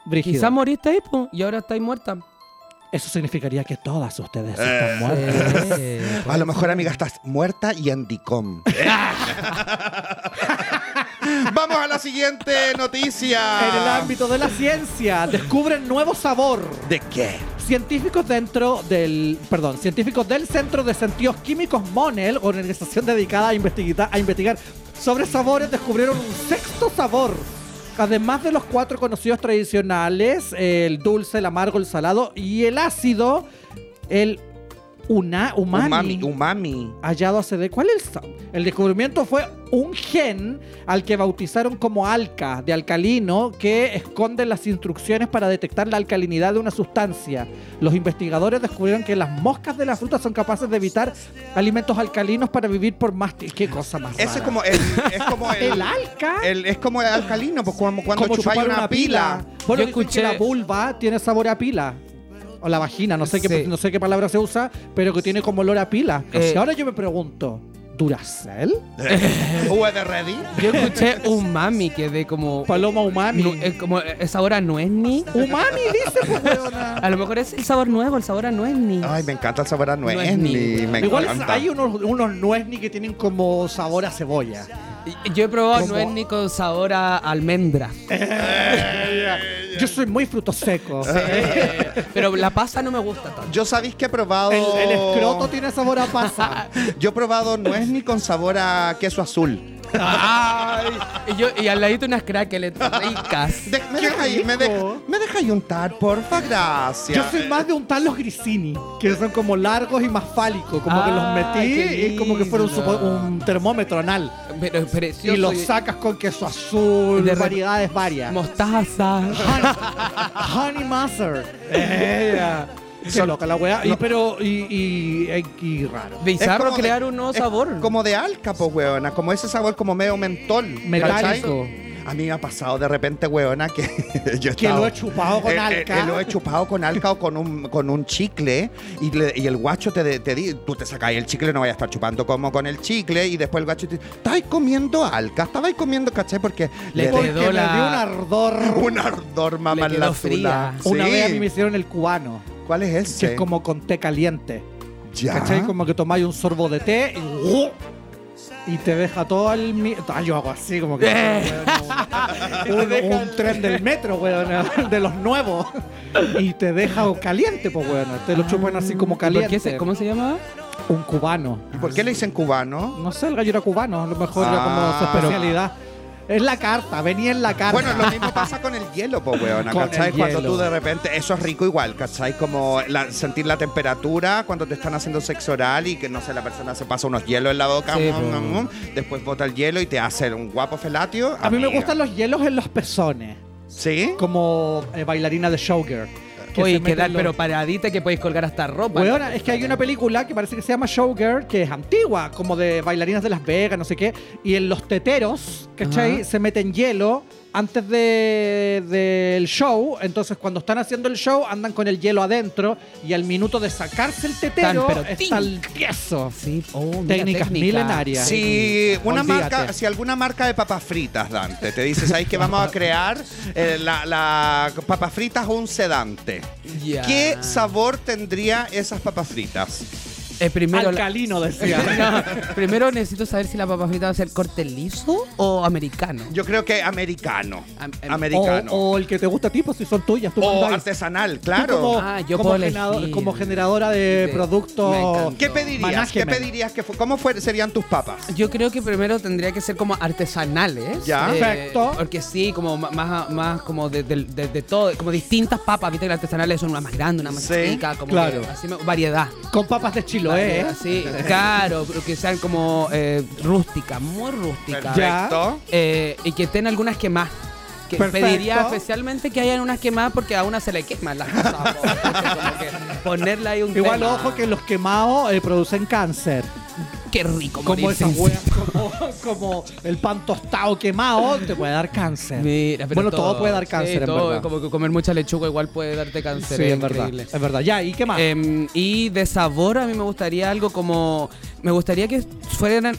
Brígido. Quizás moriste ahí, po, y ahora estáis muerta. Eso significaría que todas ustedes están muertas. pues. A lo mejor, amiga, estás muerta y Andicom. [laughs] Vamos a la siguiente noticia. En el ámbito de la ciencia, descubren nuevo sabor. ¿De qué? Científicos dentro del, perdón, científicos del Centro de Sentidos Químicos MONEL, organización dedicada a investigar, a investigar sobre sabores, descubrieron un sexto sabor. Además de los cuatro conocidos tradicionales, el dulce, el amargo, el salado y el ácido, el una, umami, Umami. Umami. hallado hace de cuál es el sabor? El descubrimiento fue un gen al que bautizaron como alca, de alcalino, que esconde las instrucciones para detectar la alcalinidad de una sustancia. Los investigadores descubrieron que las moscas de la fruta son capaces de evitar alimentos alcalinos para vivir por más tiempo. Qué cosa más Ese es rara. como el, es como el el, alca. el- es como el alcalino, pues como cuando como chupáis chupar una, pila. Bueno, Yo dicen que la escuché- vulva tiene sabor a pila. O la vagina, no sé, qué, Sí. no sé qué palabra se usa, pero que tiene como olor a pila. Eh. Ahora yo me pregunto, ¿Duracel? ¿Ue de ready? Yo escuché [laughs] un mami, quedé como. Paloma umami. nu- eh, como eh, esa hora no es ni. umami, dice, [laughs] pues, weona. A lo mejor es el sabor nuevo, el sabor a no es ni. Ay, me encanta el sabor a nuez. Nuez ni, ni- me Igual encanta. hay unos, unos nuezni que tienen como sabor a cebolla. Y- Yo he probado Como- no es ni con sabor [laughs] a almendra. Yo soy muy frutos secos. Eh, Pero la pasa no me gusta tanto. Yo sabéis que he probado. El, el Oh. escroto tiene sabor a [laughs] pasa. Yo he probado nuez ni con sabor a queso azul. Ay, y, yo, y al ladito unas crackles ricas. De- me, dejáis, me, de- rico. me dejáis untar, porfa, gracias. Yo soy más de untar los grisini, que son como largos y más fálicos. Como que los Ay, metí qué y como que fuera un, lindo. supo- un termómetro anal. Pero es Y precioso. los y- sacas con queso azul, De rep- variedades varias. Mostaza. [laughs] Honey Mother. [laughs] Ella. Qué loca la weá. Y, pero, y, y, y- y raro. Es como Bizarro de- crear un nuevo es sabor. Como de alca, pues, weona. Como ese sabor como medio mentol. Metálico. ¿cachai? A mí me ha pasado de repente, weona, que [laughs] yo he Que estado- lo he chupado con Eh, eh, alca. eh, lo he chupado con alca o con un, con un chicle y, le- y el guacho te, de- te di, tú te sacáis el chicle, no vayas a estar chupando como con el chicle y después el guacho te dice, estáis comiendo alca, estabais comiendo, ¿cachai? Porque Le doy Porque quedó me dio un la- ardor. [laughs] un ardor, mamá, Le en la quedó fría. tula. Una Sí. vez a mí me hicieron el cubano, ¿Cuál es ese? que es como con té caliente. ¿Ya? ¿Cachai? Como que tomáis un sorbo de té y, ¡uh! y te deja todo el... mi- Ah, yo hago así, [laughs] como que... un, un tren del metro, weón, de los nuevos. Y te deja caliente, pues, weón. Te lo chupan así como ¿Y por caliente. qué se- ¿Cómo se llama? Un cubano. ¿Y por qué le dicen cubano? No sé, el gallo era cubano, a lo mejor era como su Ah. especialidad. Es la carta, venía en la carta. Bueno, lo [laughs] mismo pasa con el hielo, po, weona, Ah, Con el ¿cachai? Cuando hielo. tú de repente, eso es rico igual, ¿cachai? Como la- sentir la temperatura cuando te están haciendo sexo oral y que, no sé, la persona se pasa unos hielos en la boca, Sí, mm, po. mm, mm, después bota el hielo y te hace un guapo felatio. a mí me Amiga. gustan los hielos en los pezones, ¿Sí? como eh, bailarina de showgirl. que se Oye, meten quedar los- pero paradita que podéis colgar hasta ropa. Weona, es que hay una película que parece que se llama Showgirl, que es antigua, como de bailarinas de Las Vegas, no sé qué, y en los teteros, ¿cachai? Ajá. Se meten hielo antes de- del show, entonces cuando están haciendo el show andan con el hielo adentro y al minuto de sacarse el tetero pero está el tieso. Sí, oh, mira, Técnicas técnica. milenarias. Si una Olvídate. marca, si alguna marca de papas fritas, Dante, te dices ahí que vamos a crear eh, la, la papas fritas un sedante. Ya. ¿Qué sabor tendría esas papas fritas? Eh, primero, la- Alcalino decía. [laughs] No, primero necesito saber si la papa frita va a ser corte liso o americano. Yo creo que americano. Am- am- em, o, americano. O, o el que te gusta a ti, pues si son tuyas, tú mandáis. artesanal, Tú Como, claro. Ah, yo como puedo generado- elegir. como generadora de Sí, me productos. encanta. ¿Qué pedirías? Management. ¿Qué pedirías que fu- cómo fue- serían tus papas? Yo creo que primero tendría que ser como artesanales. Eh, Ya. Perfecto. Porque sí, como ma- más, más como de, de- de- de todo, como distintas papas, viste que las artesanales son una más grande, una más Sí, chica, como claro. que así me- variedad. Con papas de Chiloé. variedad, ¿eh? Sí, claro, pero que sean como eh, rústicas, muy rústicas. Perfecto. Eh, y que estén algunas quemadas. Que Perfecto. pediría especialmente que hayan unas quemadas porque a una se le queman las cosas. po, [laughs] como que ponerle ahí un Igual, tema. ojo que los quemados eh, producen cáncer. Qué rico Como morirse. esas weas, como, [laughs] como el pan tostado quemado, te puede dar cáncer. Mira, pero bueno, todo, puede dar cáncer, sí, en todo, verdad. Como que comer mucha lechuga igual puede darte cáncer. sí, es es verdad. increíble. Es verdad. Ya, ¿y qué más? Em, y de sabor a mí me gustaría algo como... Me gustaría que fueran...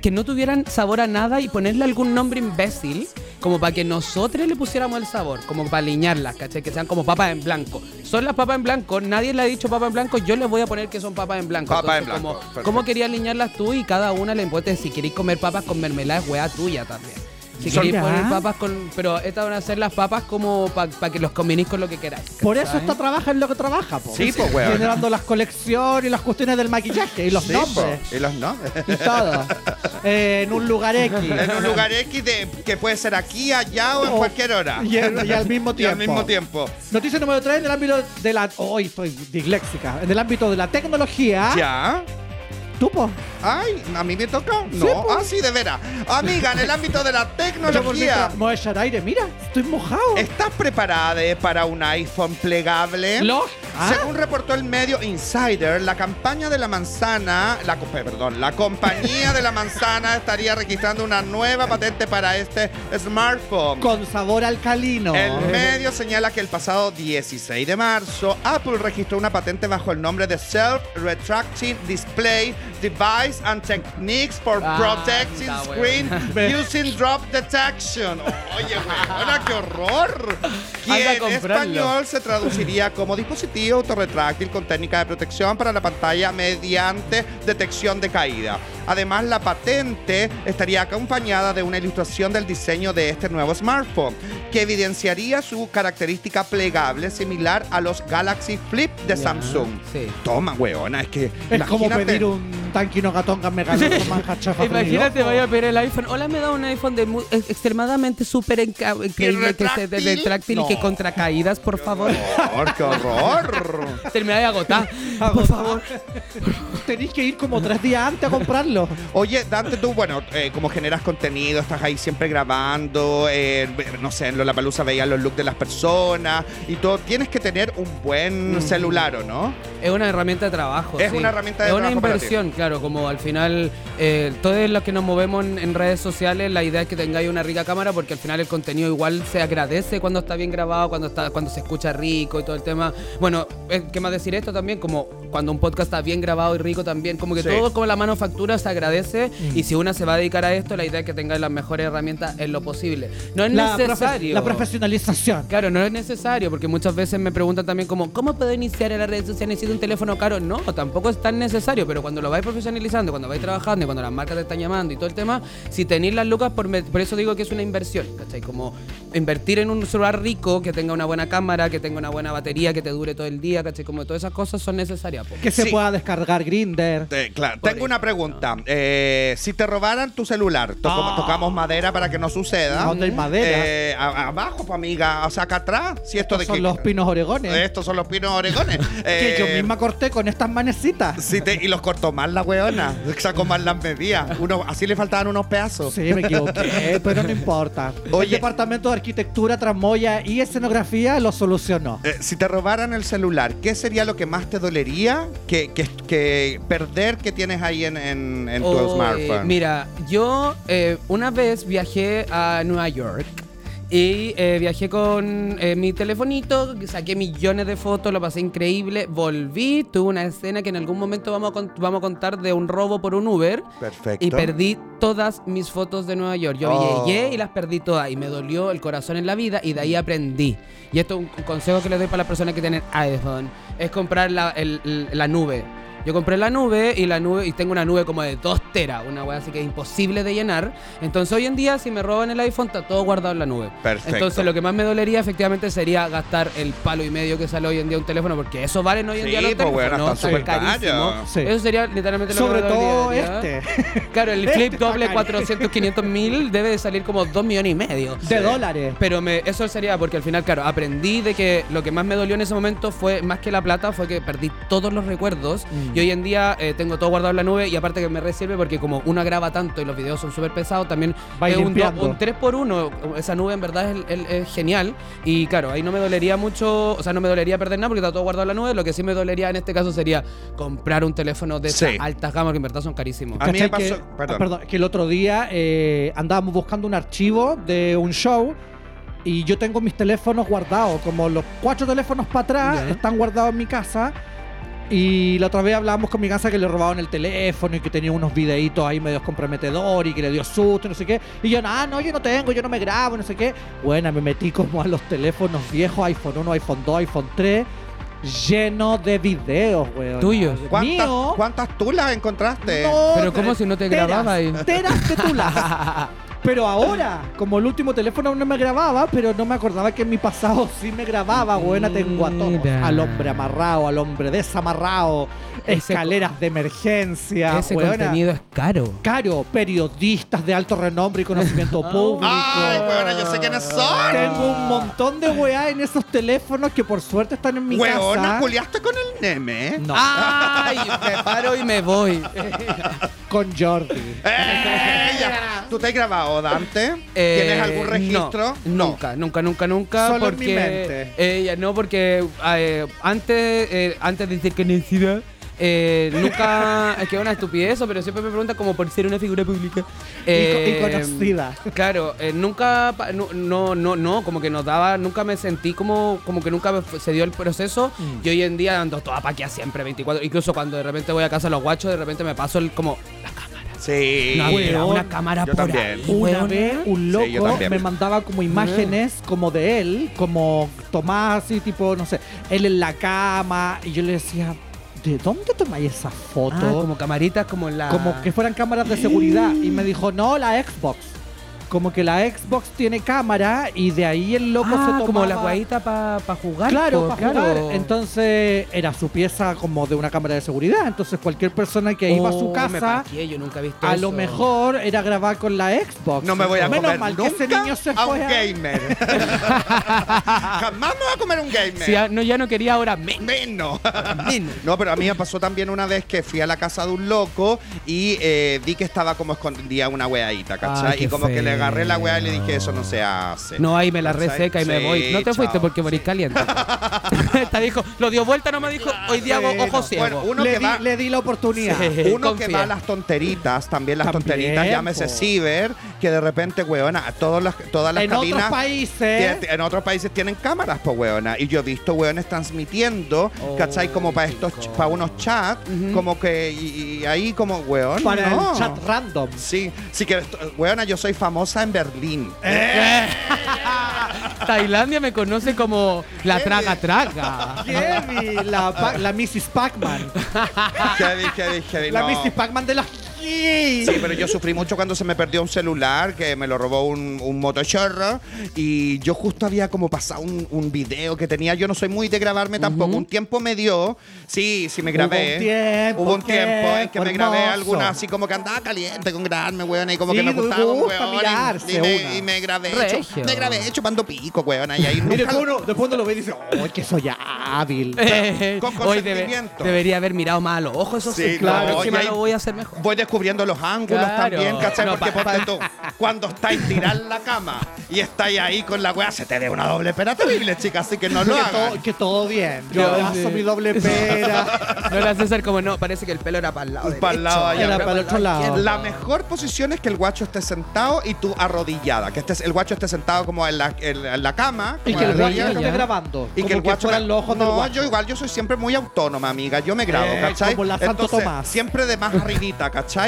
Que no tuvieran sabor a nada y ponerle algún nombre imbécil como para que nosotros le pusiéramos el sabor, como para alinearlas, ¿cachai? Que sean como papas en blanco. Son las papas en blanco, nadie le ha dicho papas en blanco, yo les voy a poner que son papas en blanco. Papas en Entonces, blanco, Como, perfecto. ¿Cómo quería alinearlas tú y cada una le importa si queréis comer papas con mermelada es weá tuya también? Si Son- queréis poner Ya. papas con... Pero estas van a ser las papas como para que los combinéis con lo que queráis. Por eso ¿cachai? esta trabaja en lo que trabaja, po. Sí, po, weón. Generando las colecciones y las cuestiones del maquillaje y los Sí, nombres po. Y los nombres. y [laughs] todo. Eh, en un lugar X. en [laughs] un lugar X de- que puede ser aquí, allá o en O- cualquier hora. Oh, y en- y al mismo Y al tiempo. mismo tiempo. Noticia número 3 en el ámbito de la. Oh, Hoy estoy disléxica. En el ámbito de la tecnología. Ya. Tú, po. Ay, a mí me toca. No, Sí, po. ah, sí, de veras. Amiga, en el ámbito de la [laughs] Yo por tecnología, mientras me voy a echar aire. Mira, estoy mojado. ¿estás preparada de- para un iPhone plegable? Lo- Ah. Según reportó el medio Insider, la campaña de la manzana, la, co- eh, perdón, la compañía de la manzana estaría registrando una nueva patente para este smartphone. Con sabor alcalino. El medio señala que el pasado 16 de marzo, Apple registró una patente bajo el nombre de Self-Retracting Display Device and Techniques for Ah, Protecting está Screen [laughs] Using Drop Detection. Oye, weona, qué horror. Anda a Que en comprarlo. español se traduciría como dispositivo autorretráctil con técnica de protección para la pantalla mediante detección de caída. Además, la patente estaría acompañada de una ilustración del diseño de este nuevo smartphone, que evidenciaría su característica plegable similar a los Galaxy Flip de Ya, Samsung. sí. Toma, weona, es que. Es como imagínate- pedir un tanquino gatón [laughs] megalón manja chafa Imagínate, frío. vaya a pedir el iPhone. Hola, me da un iPhone de mu- ex- extremadamente súper enca- increíble que se de, retráctil? de tráctil y que No. contra caídas, por favor. Horror, Oh, ¡Qué horror! Termina [laughs] de agotar. Por favor. Tenéis que ir como tres días antes a comprarlo. Oye, Dante, tú, bueno, eh, como generas contenido, estás ahí siempre grabando, eh, no sé, en la palusa veías los looks de las personas y todo. Tienes que tener un buen Mm. celular, ¿o no? Es una herramienta de trabajo. Es sí. una herramienta de Es una trabajo para ti. inversión, claro. Como al final, eh, todos los que nos movemos en, en redes sociales, la idea es que tengáis una rica cámara porque al final el contenido igual se agradece cuando está bien grabado, cuando está cuando se escucha rico y todo el tema. Bueno, eh, ¿qué más decir esto también? Como cuando un podcast está bien grabado y rico también. Como que Sí. todo como la manufactura se agradece Mm. y si una se va a dedicar a esto, la idea es que tengáis las mejores herramientas en lo posible. No [laughs] es La, profe- necesario. la profesionalización. Claro, no es necesario, porque muchas veces me preguntan también como, ¿cómo puedo iniciar en las redes sociales? ¿Necesito un teléfono caro? No, tampoco es tan necesario, pero cuando lo vais profesionalizando, cuando vais trabajando, y cuando las marcas te están llamando y todo el tema, si tenéis las lucas, por, me- por eso digo que es una inversión, ¿cachai? Como invertir en un celular rico, que tenga una buena cámara, que tenga una buena batería, que te dure todo el día, ¿cachai? Como todas esas cosas son necesarias. po. Que se Sí. pueda descargar Grinder. Eh, claro. Por Tengo una pregunta. Eh, si te robaran tu celular, to- Ah. tocamos madera para que no suceda. ¿Dónde hay madera? Eh, a- abajo, pues, amiga, o sea, acá atrás. Si esto de Son que- los pinos oregones. Estos son los pinos oregones. [laughs] que yo Eh, misma corté con estas manecitas. Sí, te- y los cortó mal la weona. Sacó mal las medidas. Uno, así le faltaban unos pedazos. Sí, me [laughs] equivoqué, pero no importa. El Oye. Departamento de Arquitectura, Tramoya y Escenografía lo solucionó. Eh, si te robaran el celular, ¿qué sería lo que más te dolería que, que- que perder que tienes ahí en, en- en tu Oy, smartphone? Mira, yo eh, una vez viajé a Nueva York Y eh, viajé con eh, mi telefonito, saqué millones de fotos, lo pasé increíble, volví, tuve una escena que en algún momento vamos a, con- vamos a contar de un robo por un Uber. Perfecto. Y perdí todas mis fotos de Nueva York. Yo Oh. llegué y las perdí todas. Y me dolió el corazón en la vida y de ahí aprendí. Y esto es un consejo que les doy para las personas que tienen iPhone. Es comprar la, el- el- la nube. Yo compré la nube y la nube y tengo una nube como de 2 teras, una weá así que es imposible de llenar. Entonces hoy en día si me roban el iPhone está todo guardado en la nube. Perfecto. Entonces lo que más me dolería efectivamente sería gastar el palo y medio que sale hoy en día un teléfono porque eso valen hoy en Sí, día los pues, weón, teléfonos, están son súper carísimos. caros. Sí. Eso sería literalmente lo Sobre que me dolería, todo ¿ya? este. Claro, el Este flip está doble caro. 400, 500 mil debe de salir como 2 millones y medio. De dólares. Pero me, eso sería porque al final, claro, aprendí de que lo que más me dolió en ese momento fue, más que la plata, fue que perdí todos los recuerdos. Mm. Y hoy en día eh, tengo todo guardado en la nube y aparte que me resirve porque como uno graba tanto y los videos son súper pesados, también Va es un, do- limpiando. un 3x1. Esa nube en verdad es, es- es genial. Y claro, ahí no me dolería mucho, o sea, no me dolería perder nada porque está todo guardado en la nube. Lo que sí me dolería en este caso sería comprar un teléfono de esas Sí. altas gamas que en verdad son carísimos. A mí me ¿Cachai pasó- que, perdón. ah, perdón, que el otro día eh, andábamos buscando un archivo de un show y yo tengo mis teléfonos guardados, como los cuatro teléfonos para atrás Ya. están guardados en mi casa. Y la otra vez hablábamos con mi casa que le robaban el teléfono y que tenía unos videitos ahí medios comprometedores y que le dio susto y no sé qué. Y yo, ah, no, yo no tengo, yo no me grabo, no sé qué. Bueno, me metí como a los teléfonos viejos, iPhone 1, iPhone 2, iPhone 3, lleno de videos, weón. Tuyos. ¿Cuántas, Mío. ¿Cuántas tú las encontraste? No, Pero ¿cómo si no te teras, grababa ahí? Teras de tulas. [laughs] Pero ahora, como el último teléfono no me grababa, pero no me acordaba que en mi pasado sí me grababa, buena, tengo a todos. Mira. Al hombre amarrado, al hombre desamarrado, Ese escaleras de emergencia, Ese weona. contenido es caro. Caro, periodistas de alto renombre y [laughs] conocimiento público. Ay, weona, yo sé quiénes son. Tengo un montón de weá en esos teléfonos que por suerte están en mi Weona, casa. culiaste con el Neme. No, ¡Ay! Me paro y me voy. con Jordi. ¡Eh, ya! ¿Tú te has grabado, Dante? Eh, ¿Tienes algún no, registro? nunca, nunca, nunca, nunca. Solo en porque, mi mente. eh, ya no, porque eh, antes, eh, antes de decir que necesidad. Eh, nunca es que es una estupidez eso, pero siempre me preguntan como por ser una figura pública Eh, y conocida. Claro, eh, nunca, pa- no, no, no, no, como que nos daba, nunca me sentí como, como que nunca me fu- se dio el proceso. Y hoy en día ando toda paqueada siempre, 24. Incluso cuando de repente voy a casa a los guachos, de repente me paso el como, Sí. no, mira, weón, una cámara yo por también. ahí, Una weón. vez un loco Sí, yo también. me mandaba como Mm. imágenes como de él, como Tomás así tipo, no sé, él en la cama y yo le decía, ¿de dónde tomáis esa foto? Ah, como, como camaritas, Ah, como la. que fueran cámaras de seguridad y me dijo, no, la Xbox. Como que la Xbox tiene cámara y de ahí el loco Ah, se tomaba... como la guaita para jugar. Claro, po, para claro. jugar. Entonces era su pieza como de una cámara de seguridad. Entonces cualquier persona que iba a Oh, su me casa paqueé, yo nunca he visto a lo eso. mejor era grabar con la Xbox. No me voy a Menos comer mal nunca que ese niño se a un fue a- gamer. Jamás me voy a comer un gamer. Si ya- no, ya no quería ahora me. Menos. menos. No, pero a mí me pasó también una vez que fui a la casa de un loco y eh, vi que estaba como escondida una weadita, ¿cachai? Ay, qué y como que le agarré la weá y le feo. dije, eso no se hace. No, ahí me la ¿Cachai? reseca y me Sí, voy. No te chao. fuiste porque morís [laughs] caliente. Esta dijo, lo dio vuelta, no me dijo, hoy día hago Bueno, ojo ciego. bueno, uno le, que di, va- le di la oportunidad. Sí. Uno Confía. que va a las tonteritas, también las eh, También, tonteritas, llámese po. ciber, que de repente, weona, todas las, todas las En otros cabinas este países. Tien- En otros países tienen cámaras, pues, weona. Y yo he visto weones transmitiendo, Oh, ¿cachai? Como para estos, chico. para unos chats, Ujú. como que, y, y ahí como, weón, Para no. el chat random. Sí, sí que, esto- weona, yo soy famosa en Berlín. Eh. Tailandia me conoce como la traga traga. Heavy, la, pa- la Mrs. Pac-Man. Heavy, heavy, [laughs] heavy, La no. Mrs. Pac-Man de los. Sí, pero yo sufrí mucho cuando se me perdió un celular, que me lo robó un, un motochorro. Y yo justo había como pasado un, un video que tenía. Yo no soy muy de grabarme tampoco. Un tiempo me dio. Sí, sí me grabé. Hubo un tiempo, Hubo un tiempo en que qué me grabé hermoso. alguna así como que andaba caliente con grabarme, weón. Y como Sí, que me te gustaba un gusta weón. y- mirarse Y, me, una. y me grabé. Regio. chup- me grabé chupando pico, weón. Y ahí Y nunca después uno, después uno lo ve y dice, oh, es que soy hábil. Eh, [laughs] Con [laughs] hoy debe- consentimiento. debería haber mirado más a los ojos, eso sí. Sí, claro. no, Encima y ahí- lo voy a hacer mejor. Voy descubriendo los ángulos Claro. también, ¿cachai? No, Porque pa- ponte tú, cuando estáis tirando la cama y estáis ahí con la weá, se te dé una doble pera terrible, chica, así que no lo que, hagas. todo, que todo bien. Yo Yo- abrazo sí. mi doble pera. No era César como no, parece que el pelo era para el [laughs] lado. Pa'l lado allá. Era para el otro lado. La mejor posición es que el guacho esté sentado y tú arrodillada. Que estés, el guacho esté sentado como en la, en la- en la cama. y como que el guacho arrodillado. esté grabando. Y como que el guacho. fueran los ojos del no, guacho. yo igual, yo soy siempre muy autónoma, amiga. Yo me grabo, Eh, ¿cachai? como la Santo Entonces, Tomás. Siempre de más arribita, ¿cachai?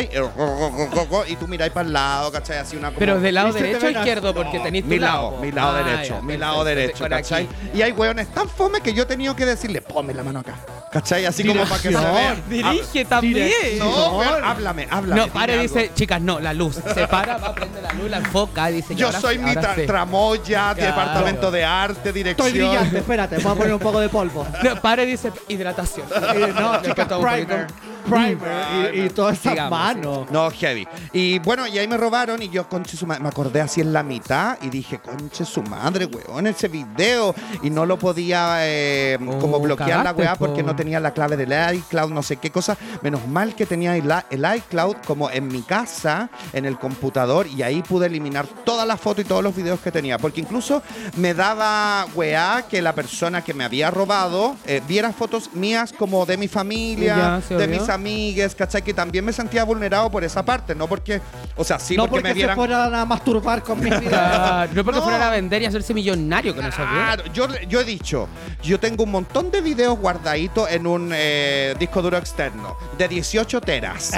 Y tú miráis para el lado, ¿cachai? Así una como- Pero del lado Y se te derecho o ven así. izquierdo, porque tenéis tu mi lado, po. mi lado Ah, derecho, ya, mi lado perfecto, derecho, por aquí. ¿cachai? Y hay weones tan fome que yo he tenido que decirle, ponme la mano acá, ¿cachai? Así como para que se Dirección. vea. Dirige también. Ah, Dirección. No, weón, háblame, háblame. No, para y dime dice, algo. chicas, no, la luz. Se para, va a prender la luz, la enfoca, y dice ya, Yo ahora soy sí, mi ahora tra- sí. tramoya, Claro. departamento de arte, dirección. Estoy brillante, espérate, voy a poner un poco de polvo. No, para y dice [laughs] hidratación. Eh, no, Le chicas, falta un poquito. primer, primer y, y todas esas Digamos, manos. No, heavy. Y bueno, y ahí me robaron y yo, conche su madre, me acordé así en la mitad y dije, conche su madre, weón, ese video. Y no lo podía eh, Oh, como bloquear la cagaste, weá po. porque no tenía la clave del iCloud, no sé qué cosa. Menos mal que tenía el, i- el iCloud como en mi casa, en el computador, y ahí pude eliminar todas las fotos y todos los videos que tenía. Porque incluso me daba weá que la persona que me había robado eh, viera fotos mías como de mi familia, Ya, se de obvio. mis amigues, ¿cachai? Que también me sentía vulnerado por esa parte, no porque, o sea, sí no porque, porque, me se vieran... fueran a masturbar con mi vida. Claro, no porque No. fueran a vender y hacerse millonario con esos videos. Claro, yo, yo he dicho, yo tengo un montón de videos guardaditos en un eh, disco duro externo de 18 [laughs] teras.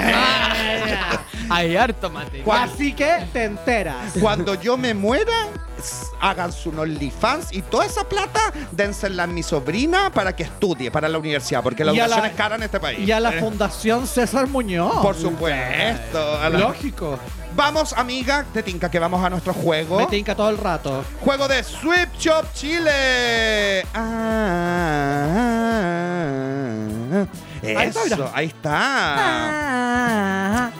Hay harto [laughs] material. Ah, ¿Cuál? Así que te enteras. Cuando yo me muera, s- hagan su OnlyFans y toda esa plata dénsela a mi sobrina para que estudie para la universidad, porque la Y a educación la- es cara en este país. Y a la Eh, Fundación César Muñoz. Por supuesto. a la- Lógico. Vamos, amiga, te tinca que vamos a nuestro juego. Me tinca todo el rato. Juego de Sweep Shop Chile. Ah, Ahí está, eso, mira. ahí está.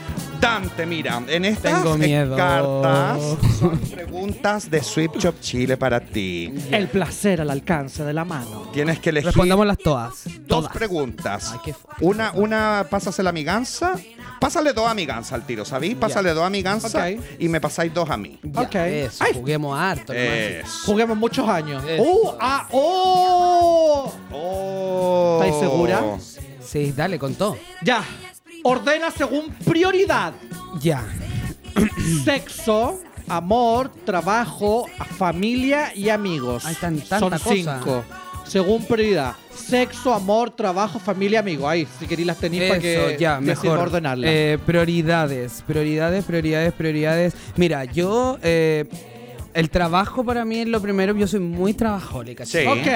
Dante, mira, en estas eh, Tengo miedo. cartas son preguntas de Sweep Shop Chile para ti. El placer al alcance de la mano. Tienes que elegir Respondámoslas todas. dos todas. preguntas. Ay, qué fuerte. una, una, pásase la amiganza. Pásale dos amiganzas al tiro, ¿sabéis? Pásale dos amiganzas Ok. y me pasáis dos a mí. Ya, Ok. Eso, Ay. juguemos harto. hermano. Eso. Juguemos muchos años. Eso. ¡Oh! ¡Ah! ¡Oh! Oh. ¿Estáis segura? Sí, dale, con todo. Ya. Ordena según prioridad. Ya. Sexo, amor, trabajo, familia y amigos. Hay tan- tanta Son cosa. cinco. Según prioridad. Sexo, amor, trabajo, familia, amigos. Ahí, si queréis las tenéis para que Eso, ya, decís mejor. ordenarlas. Eh, prioridades, prioridades, prioridades, prioridades. Mira, yo. eh, el trabajo para mí es lo primero. Yo soy muy trabajólica. Sí. chicos. ok.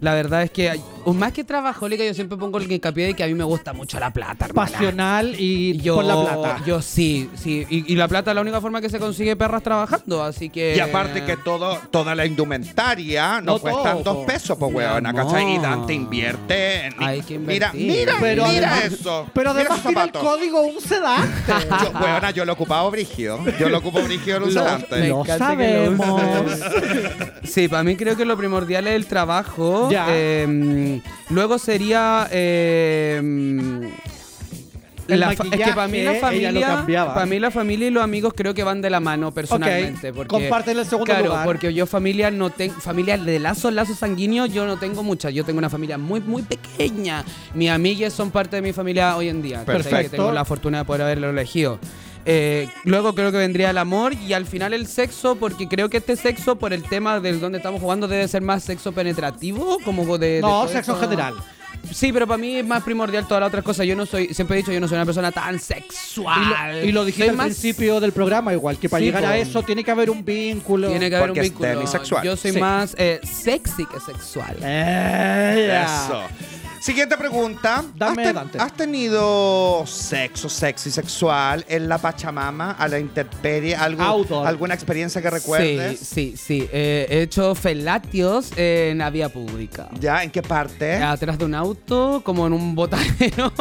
La verdad es que, hay- más que trabajólica, yo siempre pongo el hincapié de que a mí me gusta mucho la plata, hermana. Pasional y Yo, por la plata. Yo sí, sí. Y, y la plata es la única forma que se consigue perras trabajando, así que. Y aparte que todo, toda la indumentaria nos No todo, cuestan po. dos pesos, pues, Mi weón. amor. ¿cachai? Y Dante invierte. en- Hay que mira, invertir. mira, pero mira además, eso. Pero mira además esos tiene el zapatos. código un sedante. Yo, weona, yo lo ocupaba brígido. Yo lo ocupo brígido en un Lo- sedante. Me lo encanta que lo sabemos. Sí, para mí creo que lo primordial es el trabajo. Ya. Eh, luego sería. eh, El la fa- es que para mí la maquillaje, ella lo familia, cambiaba. para mí la familia y los amigos creo que van de la mano personalmente, Ok, porque compártelo en segundo claro, lugar. porque yo familia no tengo familia de lazos, lazos sanguíneos, yo no tengo muchas, yo tengo una familia muy muy pequeña. Mis amigas son parte de mi familia hoy en día, ¿cachai? Perfecto. que tengo la fortuna de poder haberlo elegido. Eh, luego creo que vendría el amor y al final el sexo, porque creo que este sexo, por el tema del donde estamos jugando, debe ser más sexo penetrativo, como de... de no, todo sexo en eso. general. Sí, pero para mí es más primordial todas las otras cosas. Yo no soy, siempre he dicho, yo no soy una persona tan Y sexual. lo, y lo dijiste Soy al más- principio del programa, igual, que para Sí, llegar a po. eso tiene que haber un vínculo. Tiene que haber un Porque es vínculo. demisexual. Eh, Yo soy Sí. más eh, sexy que sexual. Ella. Eso. Siguiente pregunta. Dame, ¿Has, ten- Dante. ¿Has tenido sexo, sexy, sexual en la Pachamama, a la intemperie, algo, Outdoor. alguna experiencia que Sí, recuerdes? sí, sí. Eh, he hecho felatios en la vía pública. ¿Ya? ¿En qué parte? Atrás de un auto, como en [laughs] un botadero.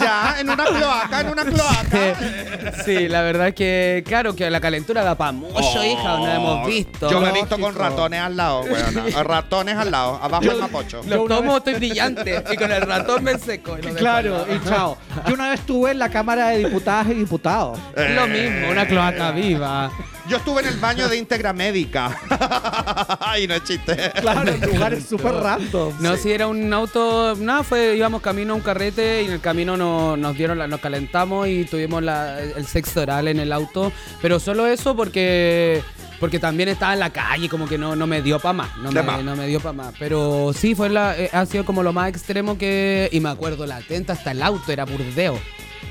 ya, en una cloaca, en una cloaca. Eh, sí, la verdad es que, claro, que la calentura da pa' mucho, Pues hija, no la hemos visto. Oh. Yo me he visto con Lógico. ratones al lado, weona. Ratones al lado, abajo el mapocho. Los Yo una tomos vez- estoy brillante. Y con el ratón me seco. y lo dejo Claro, allá. y chao. Yo una vez estuve en la Cámara de Diputadas y Diputados. Lo mismo, una cloaca viva. Yo estuve en el baño de Integra Médica. [laughs] Ay, no es chiste. Claro, en [laughs] lugares súper random. No, si era un auto, nada, fue, íbamos camino a un carrete y en el camino no- nos dieron, la, nos calentamos y tuvimos la- el sexo oral en el auto, pero solo eso porque porque también estaba en la calle, como que no, no me dio pa' más, no De me, más. no me dio pa' más, pero sí, fue la, eh, ha sido como lo más extremo que, y me acuerdo, la atenta hasta el auto, era burdeo,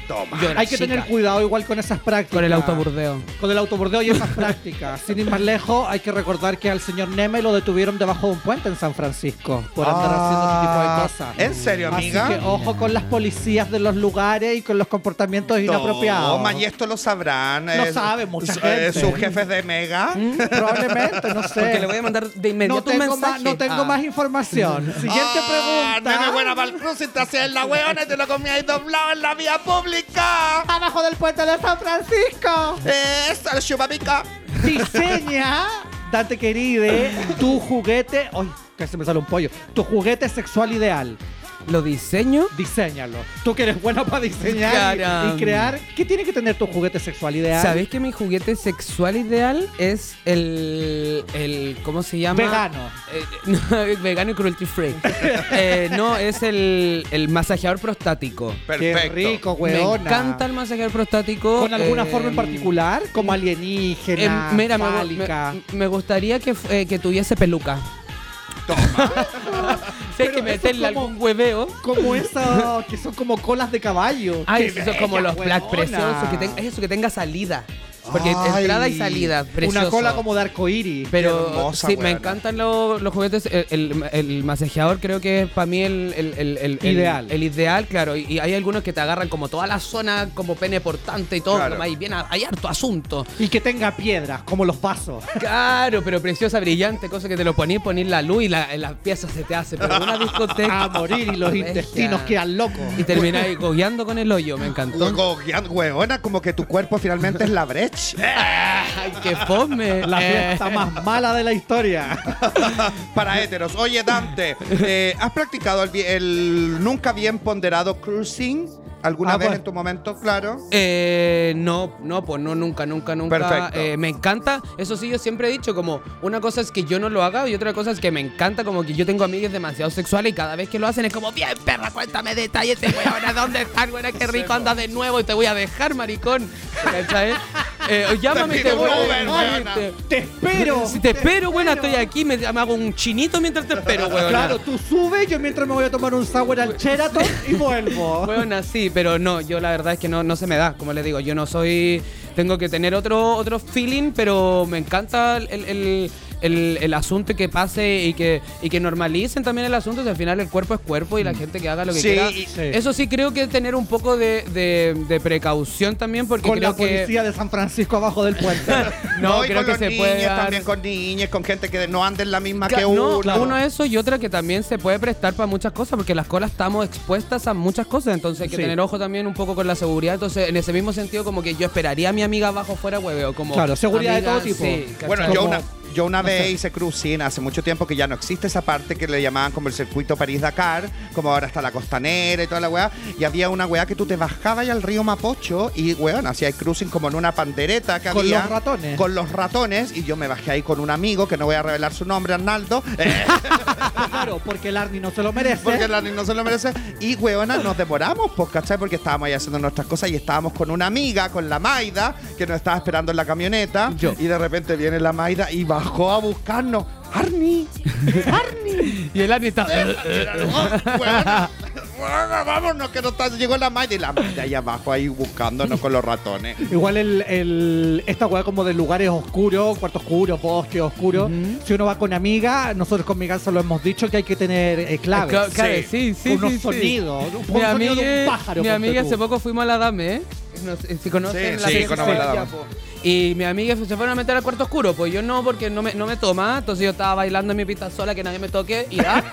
Toma. Yo era Hay que chica. tener cuidado igual con esas prácticas. con el auto burdeo. Con el autobordeo y esas prácticas. Sin ir más lejos, hay que recordar que al señor Neme lo detuvieron debajo de un puente en San Francisco por andar Ah, haciendo ese tipo de cosas. ¿En serio, amiga? Así que ojo con las policías de los lugares y con los comportamientos inapropiados. Toma, y esto lo sabrán. Lo sabe mucha su- gente. Mm. eh, sus jefes de Mega. Probablemente, no sé. [laughs] Porque le voy a mandar de inmediato no tengo, un más, mensaje. no tengo Ah. más información. Siguiente Ah, pregunta. Nene buena para el cruce, te hacías la weona y te lo comías doblado en la vía pública. Eh, Abajo del puente de San Francisco. Eso, el chupapica. Diseña, Dante queride, tu juguete. Ay, casi me sale un pollo. Tu juguete sexual ideal. ¿Lo diseño? Diseñalo. Tú que eres bueno para diseñar y- Caramba. y, crear. ¿Qué tiene que tener tu juguete sexual ideal? ¿Sabéis que mi juguete sexual ideal es el, el ¿cómo se llama? Vegano. Eh, no, [laughs] es vegano y [laughs] cruelty free. Eh, no, es el, el masajeador prostático. Qué rico, weona. Me encanta el masajeador prostático. ¿Con alguna eh, forma en particular? Como alienígena, eh, mira, me, fálica. me- me gustaría que, fu- eh, que tuviese peluca. [laughs] Toma. Si hay Pero eso que es meterle como- algún hueveo. Como esas que son como colas de caballo. Ay, Qué eso bella, es como los black huevona. preciosos. Que ten- eso que tenga salida. Porque Ay. entrada y salida. Una precioso. cola como de arcoíris. Qué Pero hermosa, sí, weona. me encantan lo- los juguetes. El, el, el masajeador creo que es para mí el, el- el- el- el- Ideal. El, ideal, claro. Y, y hay algunos que te agarran como toda la zona, como pene portante y todo. Claro. nomás, Y bien, hay harto asunto. Y que tenga piedras, como los vasos. [laughs] Claro, pero preciosa, brillante, cosa que te lo ponís, ponís la luz y la, las piezas se te hace. Pero en una [laughs] discoteca. A morir y los Regia. intestinos quedan locos. Y termináis gogueando con el hoyo, me Lo encantó. goguean, Weona, como que tu cuerpo finalmente es la brecha. Ay, qué fome. La Eh, fiesta más mala de la historia. [laughs] para héteros. Oye, Dante, eh, ¿has practicado el, bi- el nunca bien ponderado cruising alguna Ah, vez pues. en tu momento? Claro. Eh, no, no, pues no, nunca, nunca, nunca. Perfecto. Eh, me encanta, eso sí, yo siempre he dicho, como una cosa es que yo no lo haga y otra cosa es que me encanta, como que yo tengo amigas demasiado sexuales y cada vez que lo hacen es como, bien, perra, cuéntame detalles, te voy a ver a dónde estás, güey, qué rico, anda de nuevo y te voy a dejar, maricón. ¿Cachai? Eh, o llámame y te pido voy un a Uber, dejar, weona. te- Te espero. Si te espero, buena, estoy aquí, me, me hago un chinito mientras te espero, weón. Claro, tú subes, yo mientras me voy a tomar un sour al Sheraton y vuelvo. [laughs] Bueno, sí, pero no, yo la verdad es que no, no se me da, como les digo, yo no soy, tengo que tener otro, otro feeling, pero me encanta el, el- el- el asunto y que pase y que, y que normalicen también el asunto, si al final el cuerpo es cuerpo y la gente que haga lo que Mm. Sí, quiera. y- Eso sí creo que tener un poco de, de- de precaución también, porque Con creo la que... policía de San Francisco abajo del [laughs] puente. No, y creo con que los se niños, puede dar- también con niñas, con gente que no anda en la misma que Ca- uno. no, uno eso y otra que también se puede prestar para muchas cosas, porque las colas estamos expuestas a muchas cosas, entonces hay que Sí. tener ojo también un poco con la seguridad. Entonces, en ese mismo sentido, como que yo esperaría a mi amiga abajo fuera hueveo, como Claro, seguridad de amiga, todo tipo. sí, ¿cachai? Bueno, yo Como- una, yo una vez hice cruising hace mucho tiempo que ya no existe esa parte que le llamaban como el circuito París-Dakar, como ahora está la costanera y toda la weá. Y había una weá que tú te bajabas y al río Mapocho y weón, hacía el cruising como en una pandereta que Con había. los ratones. Con los ratones. Y yo me bajé ahí con un amigo que no voy a revelar su nombre, Arnaldo. eh, Claro, porque el Arni no se lo merece. Porque la no se lo merece. Y, weona, nos demoramos, pues, ¿cachai? Porque estábamos ahí haciendo nuestras cosas y estábamos con una amiga, con la Maida, que nos estaba esperando en la camioneta. Yo. Y de repente viene la Maida y bajó a [laughs] buscarnos. ¡Arni! Y el Arni está. Eh, Weona, weona, vámonos, que no está. Llegó la Maida y la Maida ahí abajo, ahí buscándonos con los ratones. Igual el, el- esta weá como de lugares oscuros, cuartos oscuros, bosques oscuros. Si uno va con amiga, nosotros con Miguel se lo hemos dicho que hay que tener eh, claves. Claro, claro, sí, sí, sí. unos sí. sonidos, un Mi sonido amiga, de un pájaro. mi ponte amiga tú. hace poco fuimos a la Dame, ¿eh? No sé si conocen Sí, la sí, fiesta. conozco la Dame. Y mi amiga se fueron a meter al cuarto oscuro, pues yo no, porque no me, no me toma. Entonces yo estaba bailando en mi pista sola, que nadie me toque, [laughs] y ya.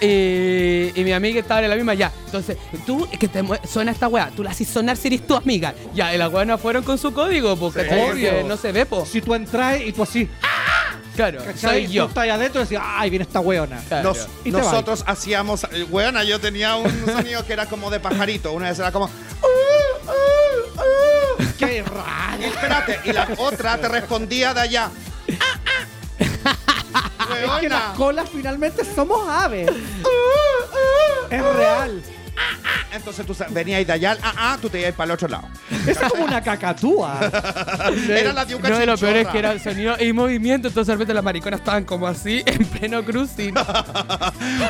y, y mi amiga estaba en la misma, ya. Entonces, tú, es que te mue- suena esta weá, tú la haces sonar si eres tu amiga. Ya, y las weas no fueron con su código, pues, porque Obvio. no se ve, po. Si tú entras y tú así. ¡ah! Claro, soy pues Tú yo. estás ahí adentro y decís, ay, viene esta [laughs] weona. Claro. Nos- Y te nosotros hacíamos. eh, Weona, yo tenía un sonido que era como de pajarito. Una vez era como. Ah, Qué raro. Y espérate, y la otra te respondía de [laughs] allá. Ah, ah. Es que Weona. las colas finalmente somos aves. Ah, es real. Entonces tú sa- venías de allá, ah, ah, tú te ibas para el otro lado. Es como una cacatúa. Era la diuca No, chinchorra. lo peor es que era el sonido y movimiento, entonces de repente las mariconas estaban como así, [laughs] en pleno cruising.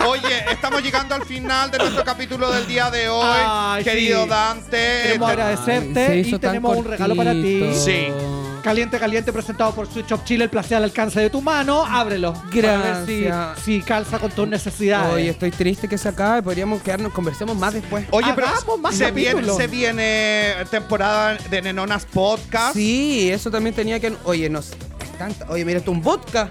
Oye, estamos llegando al final de nuestro capítulo del día de hoy. Ay, Querido sí. Dante. Queremos te- agradecer. agradecerte se y hizo tan tenemos un regalo para ti. cortito. Sí. Caliente, caliente, presentado por Switch Up Chile. El placer al alcance de tu mano. Ábrelo. para ver Gracias. Si, si calza con tus necesidades. Oye, estoy triste que se acabe, podríamos quedarnos, conversemos más después. Oye, pero Hagamos más se viene, capítulos. se viene temporada de Nenonas Podcast. Sí, eso también tenía que. Oye, nos. es tanta- Oye, mira, esto es un vodka.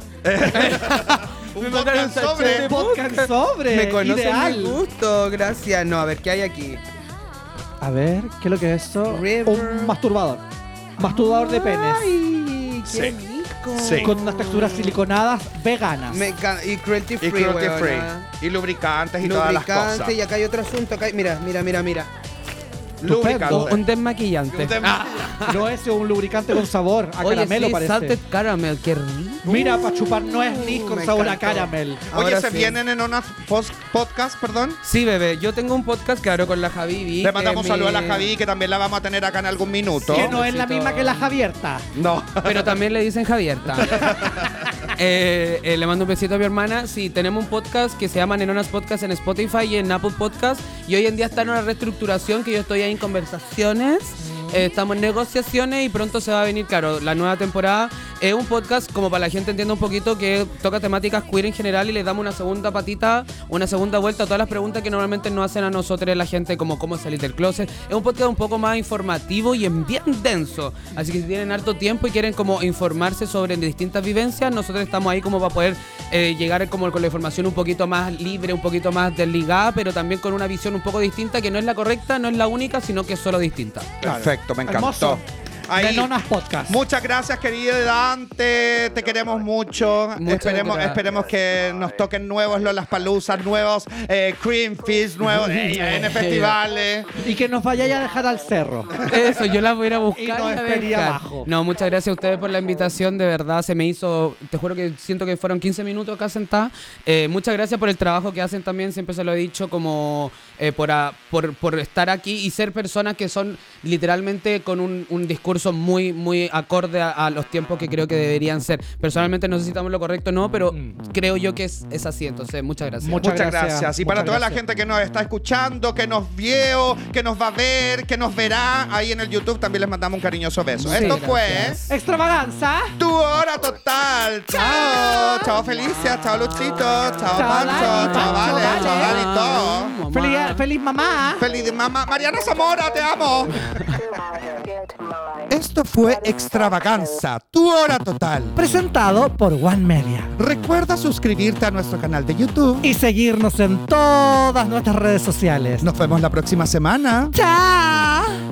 Un Me podcast mandaron sachet sobre. de Podcast sobre. Me conocen Ideal. mi gusto, gracias. No, a ver, ¿qué hay aquí? A ver, ¿qué es lo que es eso? River. Un masturbador. Masturbador de penes. Ay, qué Sí. rico. Sí. Con unas texturas siliconadas veganas. [laughs] Me encanta- y cruelty free. Y cruelty free. weona. Y lubricantes y todas las cosas. Lubricante, y acá hay otro asunto. Acá hay- mira, mira, mira, mira. Lubricante. Un desmaquillante. Un tem- Ah, No es un lubricante con sabor a Oye, caramelo sí, parece. salted caramel, qué rico. Mira, para chupar no es ni con Me sabor a encantó. caramel. Oye, Ahora se sí. viene Nenonas Pos- Podcast, perdón. Sí, bebé, yo tengo un podcast, claro, con la Javi. Le mandamos saludos a la Javi, que también la vamos a tener acá en algún minuto. Que no es la misma que la Javierta. No. Pero también le dicen Javierta. [laughs] Eh, eh, le mando un besito a mi hermana. Sí, tenemos un podcast que se llama Nenonas Podcast en Spotify y en Apple Podcast. Y hoy en día está en una reestructuración que yo estoy ahí en conversaciones. Mm. Eh, estamos en negociaciones y pronto se va a venir, claro, la nueva temporada. Es un podcast, como para la gente entienda un poquito, que toca temáticas queer en general y le damos una segunda patita, una segunda vuelta a todas las preguntas que normalmente nos hacen a nosotros la gente, como cómo salir del closet. Es un podcast un poco más informativo y en bien denso. Así que si tienen harto tiempo y quieren como informarse sobre distintas vivencias, nosotros estamos ahí como para poder eh, llegar como con la información un poquito más libre, un poquito más desligada, pero también con una visión un poco distinta, que no es la correcta, no es la única, sino que es solo distinta. Perfecto, me encantó. Hermoso. Ahí. Nenonas Podcast. Muchas gracias, querido Dante. Te queremos mucho. Muchas esperemos, gracias. esperemos que nos toquen nuevos Lolas Paluzas, nuevos eh, Cream Fish, nuevos eh, en festivales. Y que nos vayáis a dejar al cerro. Eso, yo las voy a ir a buscar. Y no y las voy a esperé dejar. abajo. No, muchas gracias a ustedes por la invitación, de verdad se me hizo, te juro que siento que fueron 15 minutos acá sentada. Eh, muchas gracias por el trabajo que hacen también, siempre se lo he dicho, como eh, por, a- por, por estar aquí y ser personas que son literalmente con un, un discurso muy, muy acorde a, a los tiempos que creo que deberían ser. Personalmente no sé si estamos en lo correcto o no, pero creo yo que es, es así, entonces muchas gracias. Muchas Muchas gracias. gracias. Y para Muchas toda la gracias. gente que nos está escuchando, que nos vio, que nos va a ver, que nos verá ahí en el YouTube, también les mandamos un cariñoso beso. Muchas Esto gracias. fue Extravaganza. Tu Hora Total. Chao. Chao Felicia, chao Luchito, chao Dani, Pancho, chao Pancho, Vale, chao Vale. Dani, todo. Feliz, eh, feliz mamá. Feliz mamá. Mariana Zamora, te amo. Esto fue Extravaganza, tu hora total. Presentado por One Media. Recuerda suscribirte a nuestro canal de YouTube. Y seguirnos en todas nuestras redes sociales. Nos vemos la próxima semana. ¡Chao!